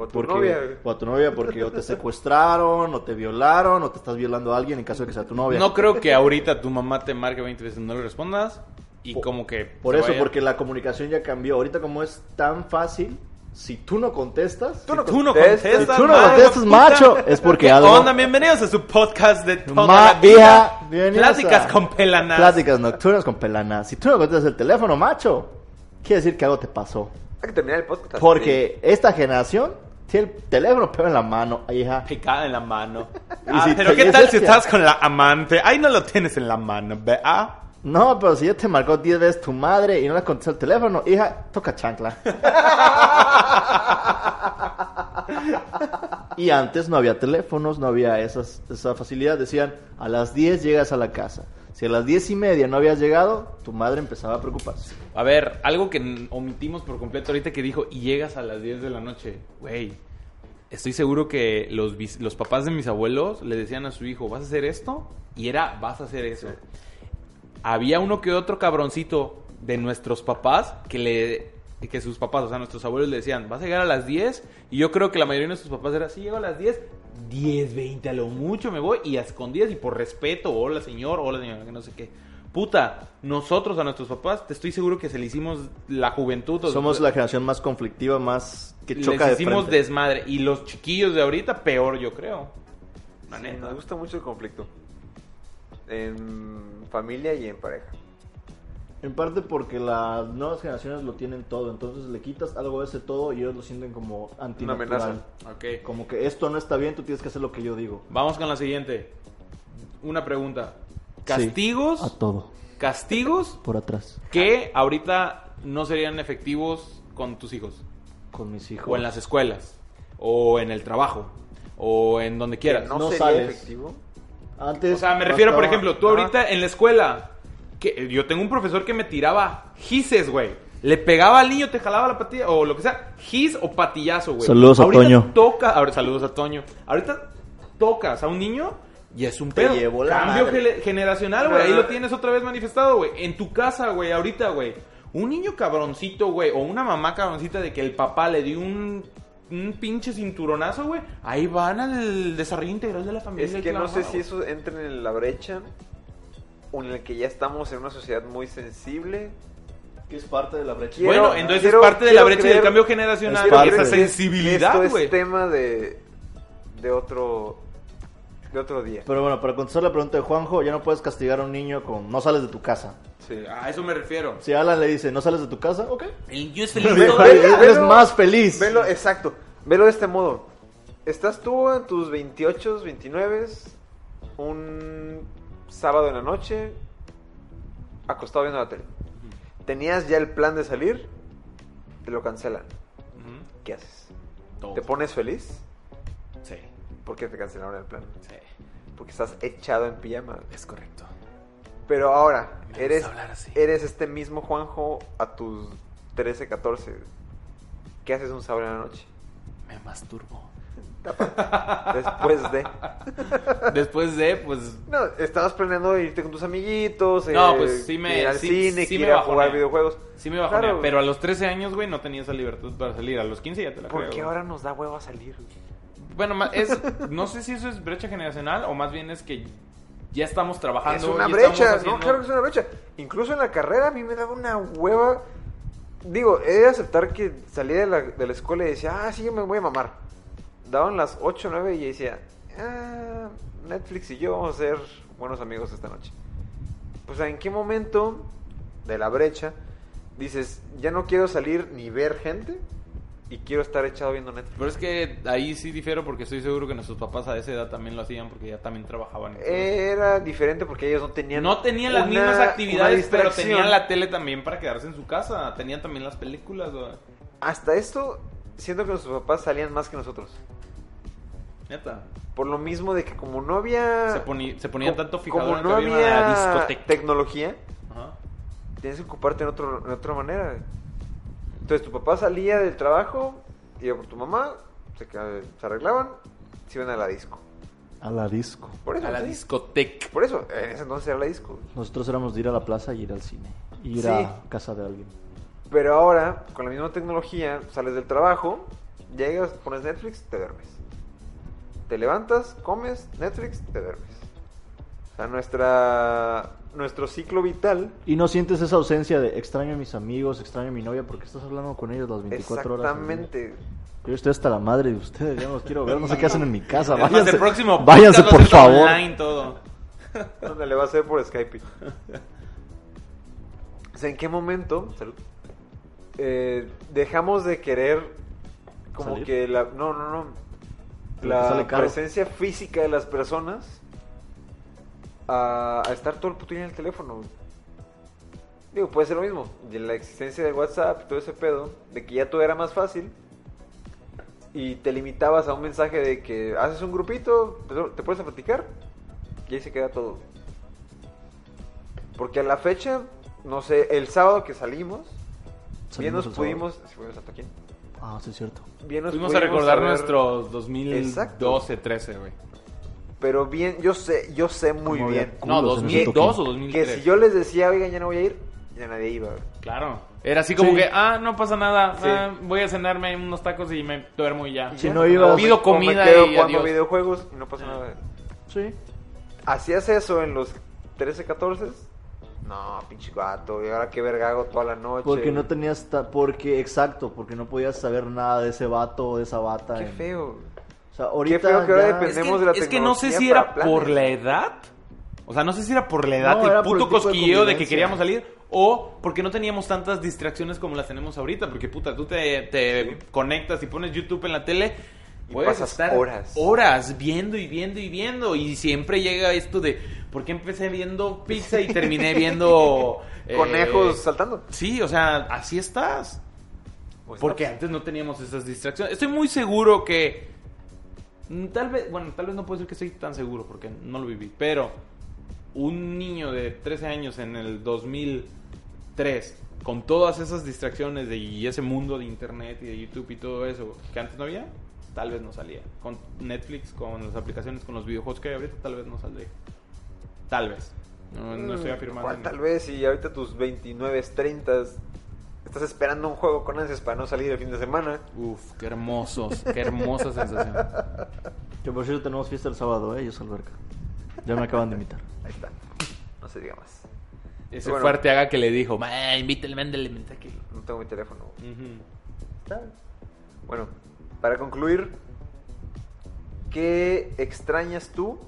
[SPEAKER 4] O a tu
[SPEAKER 3] Porque-
[SPEAKER 4] novia.
[SPEAKER 3] O a tu novia porque o te secuestraron, o te violaron, o te estás violando a alguien en caso de que sea tu novia.
[SPEAKER 1] No creo que ahorita tu mamá te marque 20 veces y no le respondas. Y
[SPEAKER 3] Por-
[SPEAKER 1] como que.
[SPEAKER 3] Por
[SPEAKER 1] se
[SPEAKER 3] eso,
[SPEAKER 1] vaya-
[SPEAKER 3] porque la comunicación ya cambió. Ahorita como es tan fácil, si tú no contestas...
[SPEAKER 4] Tú no
[SPEAKER 1] Tú no
[SPEAKER 4] contestas.
[SPEAKER 1] contestas.
[SPEAKER 3] Si tú no
[SPEAKER 1] madre
[SPEAKER 3] contestas,
[SPEAKER 1] puta.
[SPEAKER 3] macho, es porque algo...
[SPEAKER 1] Onda, bienvenidos a su podcast de toda
[SPEAKER 3] Ma-
[SPEAKER 1] la vida.
[SPEAKER 3] hija, bienvenidos
[SPEAKER 1] Pláticas
[SPEAKER 3] a-
[SPEAKER 1] con pelanas.
[SPEAKER 3] Pláticas nocturnas con pelana. Si tú no contestas el teléfono, macho, quiere decir que algo te pasó.
[SPEAKER 4] Hay que terminar el podcast. así.
[SPEAKER 3] Porque esta generación tiene el teléfono pero en la mano, hija.
[SPEAKER 1] Picada en la mano.
[SPEAKER 3] Y
[SPEAKER 1] Ah,
[SPEAKER 3] si
[SPEAKER 1] pero
[SPEAKER 3] te-
[SPEAKER 1] ¿qué tal si
[SPEAKER 3] ya-
[SPEAKER 1] estás con la amante? Ahí no lo tienes en la mano, ah. ¿verdad?
[SPEAKER 3] No, pero si ya te marcó 10 veces tu madre y no le contestó el teléfono, hija, toca chancla. y antes no había teléfonos, no había esas, esa facilidad. Decían, a las 10 llegas a la casa. Si a las 10 y media no habías llegado, tu madre empezaba a preocuparse.
[SPEAKER 1] A ver, algo que n- omitimos por completo ahorita que dijo, y llegas a las 10 de la noche. Güey, estoy seguro que los, bis- los papás de mis abuelos le decían a su hijo, ¿vas a hacer esto? Y era, vas a hacer eso. Había uno que otro cabroncito de nuestros papás que le que sus papás, o sea, nuestros abuelos le decían, vas a llegar a las 10, y yo creo que la mayoría de nuestros papás era, sí, llego a las 10, 10, 20 a lo mucho me voy, y a escondidas, y por respeto, hola señor, hola señora, que no sé qué. Puta, nosotros a nuestros papás, te estoy seguro que se le hicimos la juventud. o-
[SPEAKER 3] Somos la generación más conflictiva, más que choca
[SPEAKER 1] les hicimos
[SPEAKER 3] de frente.
[SPEAKER 1] desmadre. Y los chiquillos de ahorita, peor, yo creo. La
[SPEAKER 4] Sí,
[SPEAKER 1] neta.
[SPEAKER 4] me gusta mucho el conflicto. en familia y en pareja.
[SPEAKER 3] En parte porque las nuevas generaciones lo tienen todo, entonces le quitas algo de ese todo y ellos lo sienten como antinatural.
[SPEAKER 4] amenaza.
[SPEAKER 1] Ok.
[SPEAKER 3] Como que esto no está bien, tú tienes que hacer lo que yo digo.
[SPEAKER 1] Vamos con la siguiente. Una pregunta. Castigos,
[SPEAKER 3] A todo,
[SPEAKER 1] castigos
[SPEAKER 3] por atrás,
[SPEAKER 1] que ahorita no serían efectivos con tus hijos.
[SPEAKER 3] con mis hijos.
[SPEAKER 1] O en las escuelas. O en el trabajo. O en donde quieras.
[SPEAKER 4] No,
[SPEAKER 3] No
[SPEAKER 4] sería
[SPEAKER 3] sales.
[SPEAKER 4] efectivo.
[SPEAKER 3] Antes
[SPEAKER 1] O sea, me refiero, por
[SPEAKER 3] bastaba-
[SPEAKER 1] ejemplo, tú
[SPEAKER 4] Ajá.
[SPEAKER 1] ahorita en la escuela, que yo tengo un profesor que me tiraba gises, güey. Le pegaba al niño, te jalaba la patilla, o lo que sea, gis o patillazo, güey.
[SPEAKER 3] Saludos a
[SPEAKER 1] Ahorita
[SPEAKER 3] Toño.
[SPEAKER 1] Toca, ahora, saludos a Toño. Ahorita tocas a un niño y es un
[SPEAKER 3] Te
[SPEAKER 1] pedo.
[SPEAKER 3] llevó la
[SPEAKER 1] Cambio
[SPEAKER 3] madre.
[SPEAKER 1] gele- generacional, güey. Ahí
[SPEAKER 4] Ajá.
[SPEAKER 1] lo tienes otra vez manifestado, güey. En tu casa, güey, ahorita, güey. Un niño cabroncito, güey, o una mamá cabroncita de que el papá le dio un, un pinche cinturonazo, güey. Ahí van al desarrollo integral de la familia.
[SPEAKER 4] Es que no sé
[SPEAKER 1] clavado,
[SPEAKER 4] si eso entra en la brecha o en el que ya estamos en una sociedad muy sensible.
[SPEAKER 3] Que es parte de la brecha.
[SPEAKER 4] Quiero-
[SPEAKER 1] bueno, entonces
[SPEAKER 4] quiero-
[SPEAKER 1] es parte de la
[SPEAKER 4] quiero
[SPEAKER 1] brecha y del
[SPEAKER 4] creer-
[SPEAKER 1] cambio generacional
[SPEAKER 3] Es parte
[SPEAKER 1] y esa
[SPEAKER 3] de-
[SPEAKER 4] Esto
[SPEAKER 1] sensibilidad,
[SPEAKER 4] es este
[SPEAKER 1] güey.
[SPEAKER 4] tema de, de otro de otro día.
[SPEAKER 3] Pero bueno, para contestar la pregunta de Juanjo, ya no puedes castigar a un niño con no sales de tu casa.
[SPEAKER 4] Sí.
[SPEAKER 1] A eso me refiero.
[SPEAKER 3] Si Alan le dice, no sales de tu casa, ok.
[SPEAKER 1] El niño es feliz.
[SPEAKER 4] Ve-
[SPEAKER 1] todo
[SPEAKER 4] ve-
[SPEAKER 1] el día.
[SPEAKER 4] velo-
[SPEAKER 3] Eres más feliz.
[SPEAKER 4] Velo, exacto. Velo de este modo. Estás tú en tus 28, 29, un sábado en la noche, acostado viendo la tele. Tenías ya el plan de salir, te lo cancelan.
[SPEAKER 1] Ujú.
[SPEAKER 4] ¿Qué haces?
[SPEAKER 1] Todo.
[SPEAKER 4] ¿Te pones feliz?
[SPEAKER 1] Sí,
[SPEAKER 4] Porque te cancelaron el plan.
[SPEAKER 1] sí,
[SPEAKER 4] Porque estás echado en pijama.
[SPEAKER 1] es correcto.
[SPEAKER 4] Pero ahora,
[SPEAKER 1] gusta
[SPEAKER 4] eres,
[SPEAKER 1] hablar así.
[SPEAKER 4] eres este mismo Juanjo a tus 13, 14. ¿Qué haces un sábado en la noche?
[SPEAKER 1] Me masturbo.
[SPEAKER 4] Después de...
[SPEAKER 1] Después de, pues,
[SPEAKER 4] No, estabas planeando irte con tus amiguitos. eh,
[SPEAKER 1] No, pues, sí me-
[SPEAKER 4] Ir al
[SPEAKER 1] sí-
[SPEAKER 4] cine,
[SPEAKER 1] sí
[SPEAKER 4] ir
[SPEAKER 1] me
[SPEAKER 4] a jugar
[SPEAKER 1] bajonea.
[SPEAKER 4] videojuegos.
[SPEAKER 1] sí me bajonea.
[SPEAKER 4] Claro.
[SPEAKER 1] Pero a los 13 años, güey, no tenía esa libertad para salir. A los 15 ya te la creo,
[SPEAKER 4] Porque
[SPEAKER 1] güey.
[SPEAKER 4] ahora nos da huevo a salir.
[SPEAKER 1] Bueno, ma- es, no sé si eso es brecha generacional o más bien es que ya estamos trabajando.
[SPEAKER 4] Es una
[SPEAKER 1] y estamos
[SPEAKER 4] brecha, ¿no?
[SPEAKER 1] haciendo-
[SPEAKER 4] Claro que es una brecha. Incluso en la carrera a mí me daba una hueva. Digo, he de aceptar que salía de la, de la escuela y decía, ah, sí, yo me voy a mamar. Daban las 8, 9 y decía, ah, Netflix y yo vamos a ser buenos amigos esta noche. Pues, ¿en qué momento de la brecha dices, ya no quiero salir ni ver gente y quiero estar echado viendo Netflix?
[SPEAKER 1] Pero es que ahí sí difiero porque estoy seguro que nuestros papás a esa edad también lo hacían porque ya también trabajaban.
[SPEAKER 4] Eh, Era diferente porque ellos no tenían.
[SPEAKER 1] No tenían las
[SPEAKER 4] una-
[SPEAKER 1] mismas actividades,
[SPEAKER 4] una
[SPEAKER 1] pero
[SPEAKER 4] distracción.
[SPEAKER 1] tenían la tele también para quedarse en su casa. Tenían también las películas, güey.
[SPEAKER 4] Hasta esto, siento que nuestros papás salían más que nosotros.
[SPEAKER 1] Neta.
[SPEAKER 4] Por lo mismo de que, como no había.
[SPEAKER 1] Se, poni- se ponían
[SPEAKER 4] co-
[SPEAKER 1] tanto fijador
[SPEAKER 4] Ah. Como
[SPEAKER 1] en
[SPEAKER 4] no
[SPEAKER 1] que había una
[SPEAKER 4] había
[SPEAKER 1] discoteca.
[SPEAKER 4] tecnología,
[SPEAKER 1] Ajá.
[SPEAKER 4] tienes que ocuparte en, otro, en otra manera. Entonces, tu papá salía del trabajo, iba por tu mamá, se, queda- se arreglaban, se iban a la disco.
[SPEAKER 3] A la disco.
[SPEAKER 4] Por eso.
[SPEAKER 1] A la
[SPEAKER 4] sí.
[SPEAKER 1] discoteca.
[SPEAKER 4] Por eso, en ese entonces era la disco.
[SPEAKER 3] Nosotros éramos de ir a la plaza y ir al cine. Ir
[SPEAKER 4] Sí.
[SPEAKER 3] a casa de alguien.
[SPEAKER 4] Pero ahora, con la misma tecnología, sales del trabajo, llegas, pones Netflix, te duermes. Te levantas, comes, Netflix, te duermes. O sea, nuestra, nuestro ciclo vital,
[SPEAKER 3] Y no sientes esa ausencia de extraño a mis amigos, extraño a mi novia, porque estás hablando con ellos las 24 horas. del día.
[SPEAKER 4] exactamente.
[SPEAKER 3] Yo estoy hasta la madre de ustedes, ya no los quiero ver, no sé qué hacen en mi casa.
[SPEAKER 1] Es más,
[SPEAKER 3] Váyanse,
[SPEAKER 1] el próximo
[SPEAKER 3] váyanse
[SPEAKER 1] podcast va
[SPEAKER 3] por
[SPEAKER 1] a ser
[SPEAKER 3] favor.
[SPEAKER 1] online todo.
[SPEAKER 4] ¿Dónde le va a hacer por Skype? O sea, ¿en qué momento salud, eh, dejamos de querer como
[SPEAKER 3] ¿Salir?
[SPEAKER 4] que la... No, no, no.
[SPEAKER 3] Pero te
[SPEAKER 4] la
[SPEAKER 3] sale caro.
[SPEAKER 4] presencia física de las personas a, a estar todo el puto día en el teléfono. Digo, puede ser lo mismo. Y la existencia de WhatsApp, todo ese pedo, de que ya todo era más fácil. Y te limitabas a un mensaje de que haces un grupito, te- te pones a platicar, y ahí se queda todo. Porque a la fecha, no sé, el sábado que salimos,
[SPEAKER 3] Salimos
[SPEAKER 4] bien nos
[SPEAKER 3] el sábado.
[SPEAKER 4] pudimos. sí, fuimos a Toquín.
[SPEAKER 3] Ah, sí, es cierto.
[SPEAKER 4] Bien nos
[SPEAKER 1] Fuimos a
[SPEAKER 4] pudimos
[SPEAKER 1] recordar
[SPEAKER 4] haber-
[SPEAKER 1] nuestros 2012, 13, güey.
[SPEAKER 4] Pero bien, yo sé, yo sé muy
[SPEAKER 3] Como
[SPEAKER 4] bien.
[SPEAKER 3] había-
[SPEAKER 1] No,
[SPEAKER 3] Culos en ese
[SPEAKER 1] 2002 o
[SPEAKER 3] toque.
[SPEAKER 4] Que
[SPEAKER 1] 2003.
[SPEAKER 4] si yo les decía, oigan, ya no voy a ir, ya nadie iba.
[SPEAKER 1] Claro. Era así como
[SPEAKER 3] Sí.
[SPEAKER 1] que, ah, no pasa nada.
[SPEAKER 4] Sí.
[SPEAKER 1] ah, voy a cenarme unos tacos y me duermo y ya.
[SPEAKER 4] Y
[SPEAKER 3] Ah, Si
[SPEAKER 4] ya.
[SPEAKER 3] no ibas-
[SPEAKER 4] O
[SPEAKER 1] Pido
[SPEAKER 4] me- o
[SPEAKER 1] comida
[SPEAKER 4] me quedo
[SPEAKER 1] y
[SPEAKER 4] jugando
[SPEAKER 1] adiós.
[SPEAKER 4] videojuegos y no pasa nada.
[SPEAKER 3] Sí.
[SPEAKER 4] ¿Hacías eso en los 13, 14? No, pinche gato, y ahora qué verga hago toda la noche.
[SPEAKER 3] Porque no tenías. ta- Porque, exacto, porque no podías saber nada de ese vato o de esa bata.
[SPEAKER 4] Qué
[SPEAKER 3] en-
[SPEAKER 4] feo.
[SPEAKER 3] O sea, ahorita.
[SPEAKER 4] feo que ahora
[SPEAKER 3] ya-
[SPEAKER 4] depende-
[SPEAKER 1] Es que,
[SPEAKER 4] Dependemos de la
[SPEAKER 1] es que no sé
[SPEAKER 4] tecnología
[SPEAKER 1] si
[SPEAKER 4] para
[SPEAKER 1] era
[SPEAKER 4] planes.
[SPEAKER 1] por la edad O sea, no sé si era por la edad
[SPEAKER 3] No,
[SPEAKER 1] y
[SPEAKER 3] era
[SPEAKER 1] el
[SPEAKER 3] por
[SPEAKER 1] puto
[SPEAKER 3] el tipo de
[SPEAKER 1] cosquilleo de, que
[SPEAKER 3] convivencia.
[SPEAKER 1] queríamos salir o porque no teníamos tantas distracciones como las tenemos ahorita. Porque, puta, tú te, te conectas y pones YouTube en la tele.
[SPEAKER 4] Y
[SPEAKER 1] puedes
[SPEAKER 4] pasas
[SPEAKER 1] estar
[SPEAKER 4] horas.
[SPEAKER 1] horas viendo y viendo y viendo. Y siempre llega esto de, ¿por qué empecé viendo pizza y terminé viendo... eh,
[SPEAKER 4] Conejos saltando.
[SPEAKER 1] Sí, o sea, así estás.
[SPEAKER 4] Pues
[SPEAKER 1] Porque
[SPEAKER 4] no.
[SPEAKER 1] antes no teníamos esas distracciones. Estoy muy seguro que. mm, Tal vez, bueno, tal vez no puedo decir que estoy tan seguro porque no lo viví, pero un niño de 13 años en el 2003, con todas esas distracciones de, y ese mundo de internet y de YouTube y todo eso que antes no había, tal vez no salía. Con Netflix, con las aplicaciones, con los videojuegos que hay ahorita, tal vez no saldría. Tal vez. No, no estoy
[SPEAKER 4] Mm,
[SPEAKER 1] afirmando.
[SPEAKER 4] Juan, tal vez, y ahorita tus 29, 30, estás esperando un juego con ansias para no salir el fin de semana.
[SPEAKER 1] Uf, qué hermosos, qué hermosa sensación.
[SPEAKER 3] Que por cierto tenemos fiesta el sábado, ¿eh? Yo soy alberca. Ya me acaban de invitar.
[SPEAKER 4] Ahí está. No se diga más.
[SPEAKER 1] Ese
[SPEAKER 4] Bueno.
[SPEAKER 1] fuerte haga que le dijo, "Ma, invítale, mándale mensaje.
[SPEAKER 4] No tengo mi teléfono.
[SPEAKER 1] Ujú.
[SPEAKER 4] Está bien. Bueno, para concluir, ¿qué extrañas tú?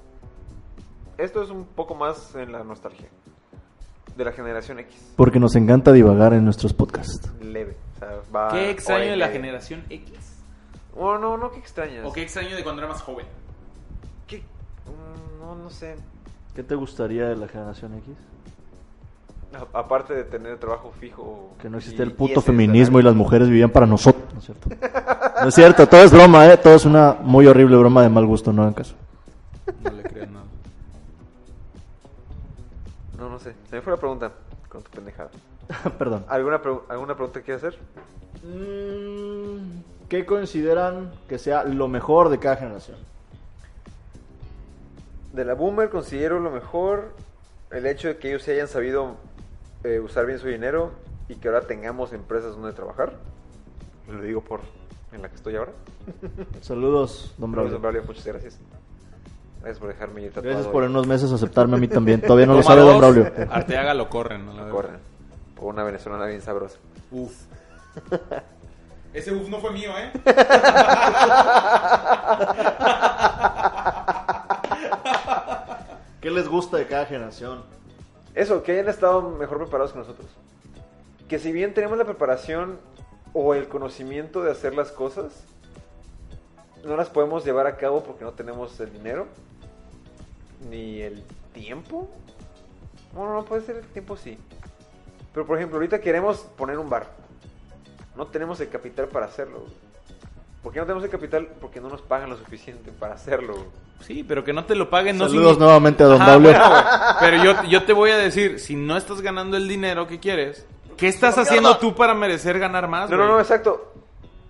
[SPEAKER 4] Esto es un poco más en la nostalgia de la generación X.
[SPEAKER 3] Porque nos encanta divagar en nuestros podcasts.
[SPEAKER 4] Leve. O sea, va
[SPEAKER 1] ¿Qué
[SPEAKER 4] hora y
[SPEAKER 1] extraño de la
[SPEAKER 4] media.
[SPEAKER 1] generación X?
[SPEAKER 4] Oh, no, no, ¿qué extrañas?
[SPEAKER 1] ¿O qué extraño de cuando era más joven?
[SPEAKER 4] ¿Qué? Mm, No, no sé.
[SPEAKER 3] ¿Qué te gustaría de la generación X?
[SPEAKER 4] A- aparte de tener trabajo fijo.
[SPEAKER 3] Que no
[SPEAKER 4] y-
[SPEAKER 3] existe el
[SPEAKER 4] y
[SPEAKER 3] puto
[SPEAKER 4] ese
[SPEAKER 3] feminismo y
[SPEAKER 4] salario.
[SPEAKER 3] las mujeres vivían para nosotros. No es cierto. No es cierto, todo es broma, ¿eh? Todo es una muy horrible broma de mal gusto, no en caso.
[SPEAKER 1] No le creo nada.
[SPEAKER 4] No, no sé. Se me fue la pregunta con tu pendejada.
[SPEAKER 3] Perdón.
[SPEAKER 4] ¿Alguna, pregu- ¿Alguna pregunta que quieras hacer?
[SPEAKER 3] Mm, ¿Qué consideran que sea lo mejor de cada generación?
[SPEAKER 4] De la Boomer considero lo mejor el hecho de que ellos se hayan sabido eh, usar bien su dinero y que ahora tengamos empresas donde trabajar. Lo digo por en la que estoy ahora.
[SPEAKER 3] Saludos, don
[SPEAKER 4] Braulio,
[SPEAKER 3] Braulio.
[SPEAKER 4] Braulio, muchas gracias. Gracias por dejarme ir tatuado.
[SPEAKER 3] Gracias por
[SPEAKER 4] hoy.
[SPEAKER 3] en unos meses aceptarme a mí también. Todavía no lo
[SPEAKER 1] Toma
[SPEAKER 3] sabe
[SPEAKER 1] dos,
[SPEAKER 3] don Braulio.
[SPEAKER 1] Arteaga lo corren. ¿no? La verdad.
[SPEAKER 4] Corran. Por una venezolana bien sabrosa.
[SPEAKER 1] Uf. Ese uf no fue mío, ¿eh?
[SPEAKER 3] ¿Qué les gusta de cada generación?
[SPEAKER 4] Eso, que hayan estado mejor preparados que nosotros. Que si bien tenemos la preparación o el conocimiento de hacer las cosas, no las podemos llevar a cabo porque no tenemos el dinero, ni el tiempo. Bueno, no puede ser el tiempo, sí. Pero por ejemplo, ahorita queremos poner un bar. No tenemos el capital para hacerlo. ¿Por qué no tenemos el capital? Porque no nos pagan lo suficiente para hacerlo.
[SPEAKER 1] Sí, pero que no te lo paguen. Eh, No
[SPEAKER 3] Saludos
[SPEAKER 1] significa-
[SPEAKER 3] nuevamente a don
[SPEAKER 1] Ajá,
[SPEAKER 3] Braulio.
[SPEAKER 1] bueno, güey. pero yo, yo te voy a decir, si no estás ganando el dinero que quieres, ¿qué estás haciendo tú para merecer ganar más?
[SPEAKER 4] No, no,
[SPEAKER 1] güey?
[SPEAKER 4] no, exacto.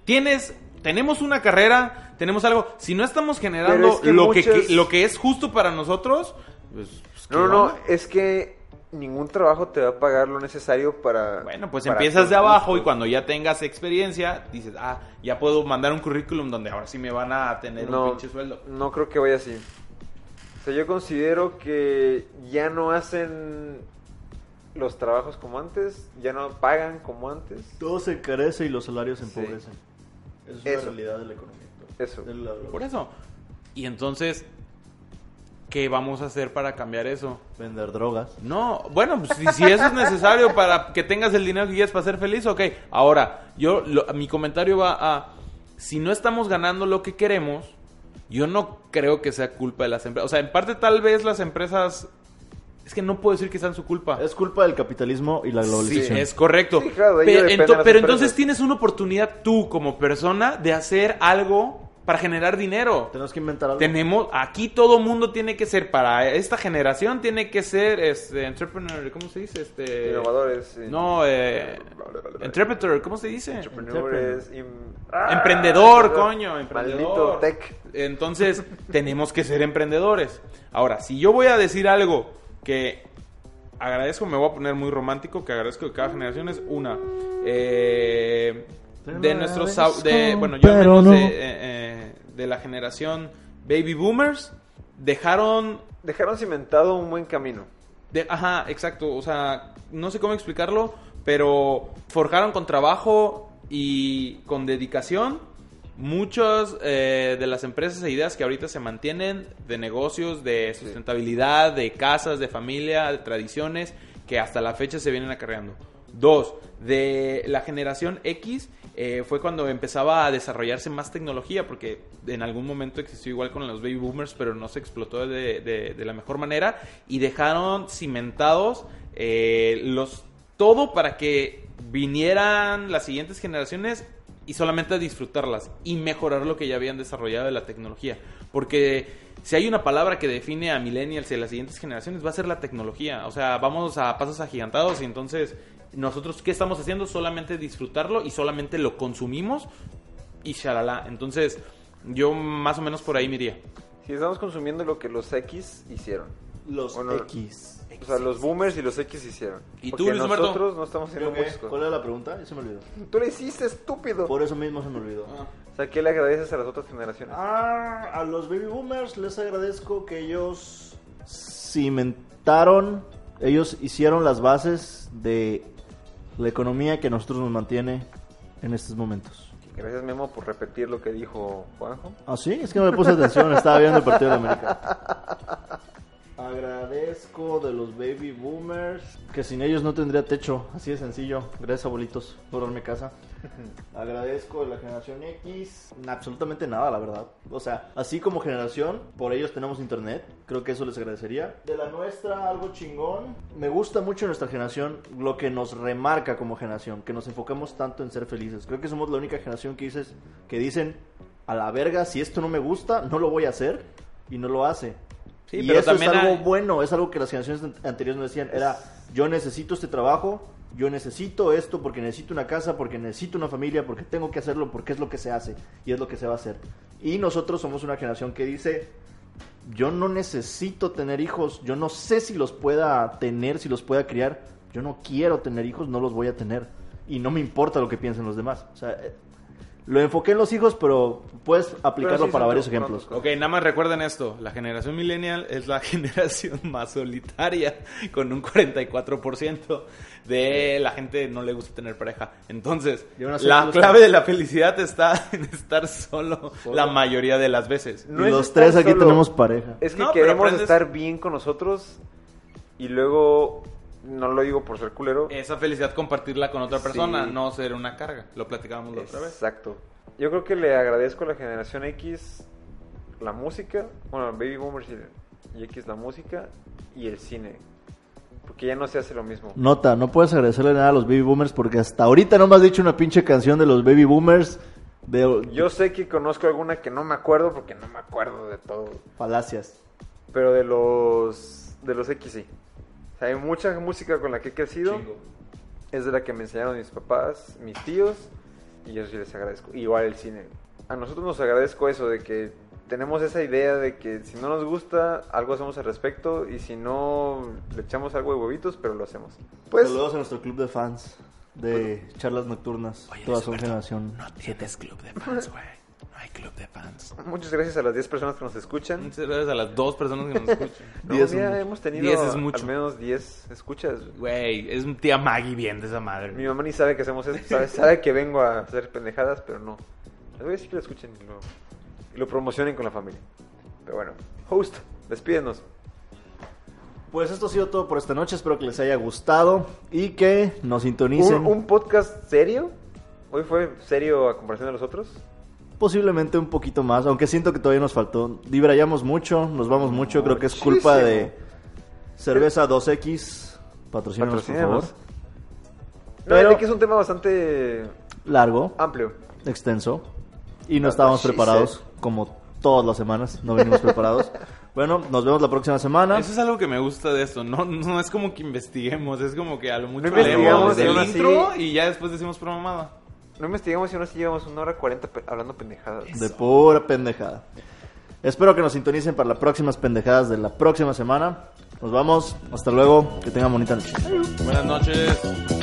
[SPEAKER 1] tienes, tenemos una carrera, tenemos algo. Si no estamos generando
[SPEAKER 4] Pero es que
[SPEAKER 1] lo, que,
[SPEAKER 4] muchas-
[SPEAKER 1] que- lo que es justo para nosotros, pues, pues, ¿qué
[SPEAKER 4] No, no, no,
[SPEAKER 1] onda?
[SPEAKER 4] es que ningún trabajo te va a pagar lo necesario para...
[SPEAKER 1] Bueno, pues
[SPEAKER 4] para
[SPEAKER 1] empiezas
[SPEAKER 4] tus
[SPEAKER 1] de abajo y
[SPEAKER 4] gustos.
[SPEAKER 1] cuando ya tengas experiencia, dices, ah, ya puedo mandar un currículum donde ahora sí me van a tener un pinche sueldo.
[SPEAKER 4] No creo que vaya así. O sea, yo considero que ya no hacen los trabajos como antes, ya no pagan como antes.
[SPEAKER 3] Todo se encarece y los salarios se
[SPEAKER 4] Sí.
[SPEAKER 3] empobrecen. Esa es
[SPEAKER 4] Eso.
[SPEAKER 3] la realidad de la economía. actual.
[SPEAKER 4] Eso.
[SPEAKER 3] De la-
[SPEAKER 1] Por eso. Y entonces, ¿qué vamos a hacer para cambiar eso?
[SPEAKER 3] Vender drogas.
[SPEAKER 1] No, bueno, pues, si, si eso es necesario para que tengas el dinero que quieres para ser feliz, ok. Ahora, yo, lo- mi comentario va a, si no estamos ganando lo que queremos, yo no creo que sea culpa de las empresas. O sea, en parte tal vez las empresas, es que no puedo decir que sean su culpa.
[SPEAKER 3] Es culpa del capitalismo y la
[SPEAKER 1] Sí,
[SPEAKER 3] globalización.
[SPEAKER 1] es correcto.
[SPEAKER 4] Sí, claro, de ello
[SPEAKER 1] pero
[SPEAKER 4] depende
[SPEAKER 1] ento-
[SPEAKER 4] de las
[SPEAKER 1] pero
[SPEAKER 4] empresas.
[SPEAKER 1] entonces tienes una oportunidad tú como persona de hacer algo para generar dinero.
[SPEAKER 3] Tenemos que inventar algo.
[SPEAKER 1] Tenemos, aquí todo mundo tiene que ser, para esta generación tiene que ser, este, entrepreneur, ¿cómo se dice? Este,
[SPEAKER 4] Innovadores. eh,
[SPEAKER 1] No, eh,
[SPEAKER 4] Entrepreneur.
[SPEAKER 1] entrepreneur, ¿cómo se dice?
[SPEAKER 4] Entrepreneurs. im- ¡Ah!
[SPEAKER 1] Emprendedor, coño, emprendedor.
[SPEAKER 4] Maldito tech.
[SPEAKER 1] Entonces, tenemos que ser emprendedores. Ahora, si yo voy a decir algo que agradezco, me voy a poner muy romántico, que agradezco de cada generación es una. eh,
[SPEAKER 3] Te
[SPEAKER 1] de
[SPEAKER 3] lo
[SPEAKER 1] nuestros...
[SPEAKER 3] agradezco,
[SPEAKER 1] au- de- bueno, yo al
[SPEAKER 3] pero
[SPEAKER 1] menos
[SPEAKER 3] no.
[SPEAKER 1] de, eh, eh, de la generación baby boomers, dejaron
[SPEAKER 4] Dejaron cimentado un buen camino.
[SPEAKER 1] de- ajá, exacto. O sea, no sé cómo explicarlo, pero forjaron con trabajo y con dedicación Muchas eh, de las empresas e ideas que ahorita se mantienen, de negocios, de sustentabilidad, de casas, de familia, de tradiciones, que hasta la fecha se vienen acarreando. Dos, de la generación X eh, fue cuando empezaba a desarrollarse más tecnología, porque en algún momento existió igual con los baby boomers, pero no se explotó de, de- de la mejor manera, y dejaron cimentados eh, los todo para que vinieran las siguientes generaciones y solamente a disfrutarlas y mejorar lo que ya habían desarrollado de la tecnología. Porque si hay una palabra que define a millennials y a las siguientes generaciones, va a ser la tecnología. O sea, vamos a pasos agigantados y entonces nosotros, ¿qué estamos haciendo? Solamente disfrutarlo y solamente lo consumimos y shalala. Entonces, yo más o menos por ahí me iría.
[SPEAKER 4] Si estamos consumiendo lo que los X hicieron.
[SPEAKER 3] Los
[SPEAKER 4] Bueno,
[SPEAKER 3] X.
[SPEAKER 4] O sea, los boomers y los X hicieron.
[SPEAKER 1] ¿Y tú,
[SPEAKER 4] Porque
[SPEAKER 1] Luis Humberto?
[SPEAKER 4] nosotros no estamos haciendo muchas
[SPEAKER 3] ¿Cuál
[SPEAKER 4] cosas.
[SPEAKER 3] era la pregunta? Ya se me olvidó.
[SPEAKER 4] Tú le hiciste, estúpido.
[SPEAKER 3] Por eso mismo se me olvidó.
[SPEAKER 4] O sea, ¿qué le agradeces a las otras generaciones?
[SPEAKER 3] Ah, a los baby boomers les agradezco que ellos cimentaron, ellos hicieron las bases de la economía que nosotros nos mantiene en estos momentos.
[SPEAKER 4] Gracias, Memo, por repetir lo que dijo Juanjo.
[SPEAKER 3] Ah, sí, es que no me puse atención, estaba viendo el partido de América. Agradezco de los baby boomers que sin ellos no tendría techo, así de sencillo. Gracias, abuelitos, por darme casa. Agradezco de la generación X, absolutamente nada, la verdad. O sea, así como generación, por ellos tenemos internet, creo que eso les agradecería. De la nuestra, algo chingón. Me gusta mucho nuestra generación, lo que nos remarca como generación, que nos enfocamos tanto en ser felices. Creo que somos la única generación que dices, que dicen, a la verga, si esto no me gusta, no lo voy a hacer, y no lo hace.
[SPEAKER 1] Sí,
[SPEAKER 3] y
[SPEAKER 1] pero
[SPEAKER 3] eso es
[SPEAKER 1] también
[SPEAKER 3] algo
[SPEAKER 1] hay-
[SPEAKER 3] bueno, es algo que las generaciones an- anteriores no decían. Era, yo necesito este trabajo, yo necesito esto porque necesito una casa, porque necesito una familia, porque tengo que hacerlo, porque es lo que se hace y es lo que se va a hacer. Y nosotros somos una generación que dice, yo no necesito tener hijos, yo no sé si los pueda tener, si los pueda criar, yo no quiero tener hijos, no los voy a tener. Y no me importa lo que piensen los demás. O sea, eh, lo enfoqué en los hijos, pero puedes aplicarlo
[SPEAKER 4] Pero sí
[SPEAKER 3] para
[SPEAKER 4] son
[SPEAKER 3] varios
[SPEAKER 4] tus- son
[SPEAKER 3] ejemplos.
[SPEAKER 4] tus
[SPEAKER 1] Ok, nada más recuerden esto, la generación millennial es la generación más solitaria, con un 44% de la gente no le gusta tener pareja. Entonces,
[SPEAKER 3] Y aún así
[SPEAKER 1] la
[SPEAKER 3] no lo
[SPEAKER 1] clave
[SPEAKER 3] sabe.
[SPEAKER 1] de la felicidad está en estar solo la mayoría de las veces.
[SPEAKER 4] No
[SPEAKER 3] y
[SPEAKER 4] es
[SPEAKER 3] los
[SPEAKER 4] estar
[SPEAKER 3] tres aquí
[SPEAKER 4] solo.
[SPEAKER 3] tenemos pareja.
[SPEAKER 4] Es que
[SPEAKER 1] No, pero
[SPEAKER 4] queremos
[SPEAKER 1] aprendes-
[SPEAKER 4] estar bien con nosotros y luego, no lo digo por ser culero.
[SPEAKER 1] Esa felicidad compartirla con otra persona,
[SPEAKER 4] Sí.
[SPEAKER 1] no ser una carga. Lo platicábamos la otra vez.
[SPEAKER 4] Exacto. Yo creo que le agradezco a la generación X la música, bueno, Baby Boomers y- y X la música y el cine. Porque ya no se hace lo mismo.
[SPEAKER 3] Nota, no puedes agradecerle nada a los baby boomers porque hasta ahorita no me has dicho una pinche canción de los baby boomers de
[SPEAKER 4] Yo sé que conozco alguna que no me acuerdo porque no me acuerdo de todo.
[SPEAKER 3] falacias.
[SPEAKER 4] Pero de los de los X sí. O sea, hay mucha música con la que he crecido.
[SPEAKER 1] Chingo.
[SPEAKER 4] Es de la que me enseñaron mis papás, mis tíos. Y yo sí les agradezco. Igual el cine. A nosotros nos agradezco eso de que tenemos esa idea de que si no nos gusta, algo hacemos al respecto. Y si no, le echamos algo de huevitos, pero lo hacemos. Pues,
[SPEAKER 3] Saludos a nuestro club de fans de charlas nocturnas. Todas son generación.
[SPEAKER 1] tienes club de fans, güey. No hay club de fans.
[SPEAKER 4] muchas gracias a las 10 personas que nos escuchan.
[SPEAKER 1] Muchas gracias a las dos personas que nos escuchan.
[SPEAKER 4] No,
[SPEAKER 3] 10
[SPEAKER 4] mira,
[SPEAKER 3] es mucho.
[SPEAKER 4] hemos tenido
[SPEAKER 1] 10 es mucho.
[SPEAKER 4] al menos 10 escuchas.
[SPEAKER 1] Güey, es un tía Maggie bien de esa madre.
[SPEAKER 4] Mi mamá ni sabe que hacemos esto, sabe, sabe que vengo a hacer pendejadas, pero no. Les voy a decir que lo escuchen y lo, y lo promocionen con la familia. Pero bueno, host, despídenos.
[SPEAKER 3] Pues esto ha sido todo por esta noche. Espero que les haya gustado y que nos
[SPEAKER 4] ¿Un,
[SPEAKER 3] sintonicen.
[SPEAKER 4] un podcast serio? ¿Hoy fue serio a comparación de los otros?
[SPEAKER 3] Posiblemente un poquito más, aunque siento que todavía nos faltó. Dibrayamos mucho, nos vamos mucho. Creo que es culpa de Cerveza 2X. Patrocínanos, por favor.
[SPEAKER 4] Patrocínanos. No,
[SPEAKER 3] Pero-
[SPEAKER 4] es que es un tema bastante
[SPEAKER 3] Largo.
[SPEAKER 4] amplio.
[SPEAKER 3] extenso y no
[SPEAKER 4] That's
[SPEAKER 3] estábamos
[SPEAKER 4] what she
[SPEAKER 3] preparados como todas las semanas, no venimos preparados. Bueno, nos vemos la próxima semana.
[SPEAKER 1] Eso es algo que me gusta de esto. No, no es como que investiguemos, es como que a lo mucho
[SPEAKER 4] No
[SPEAKER 1] leemos
[SPEAKER 4] investigamos,
[SPEAKER 1] el
[SPEAKER 4] y aún así-
[SPEAKER 1] intro y ya después decimos pura mamada.
[SPEAKER 4] No investigamos si no así llevamos una hora cuarenta pe- hablando pendejadas.
[SPEAKER 3] De pura pendejada. Espero que nos sintonicen para las próximas pendejadas de la próxima semana. Nos vamos, hasta luego, que tengan bonita noche.
[SPEAKER 1] Buenas noches.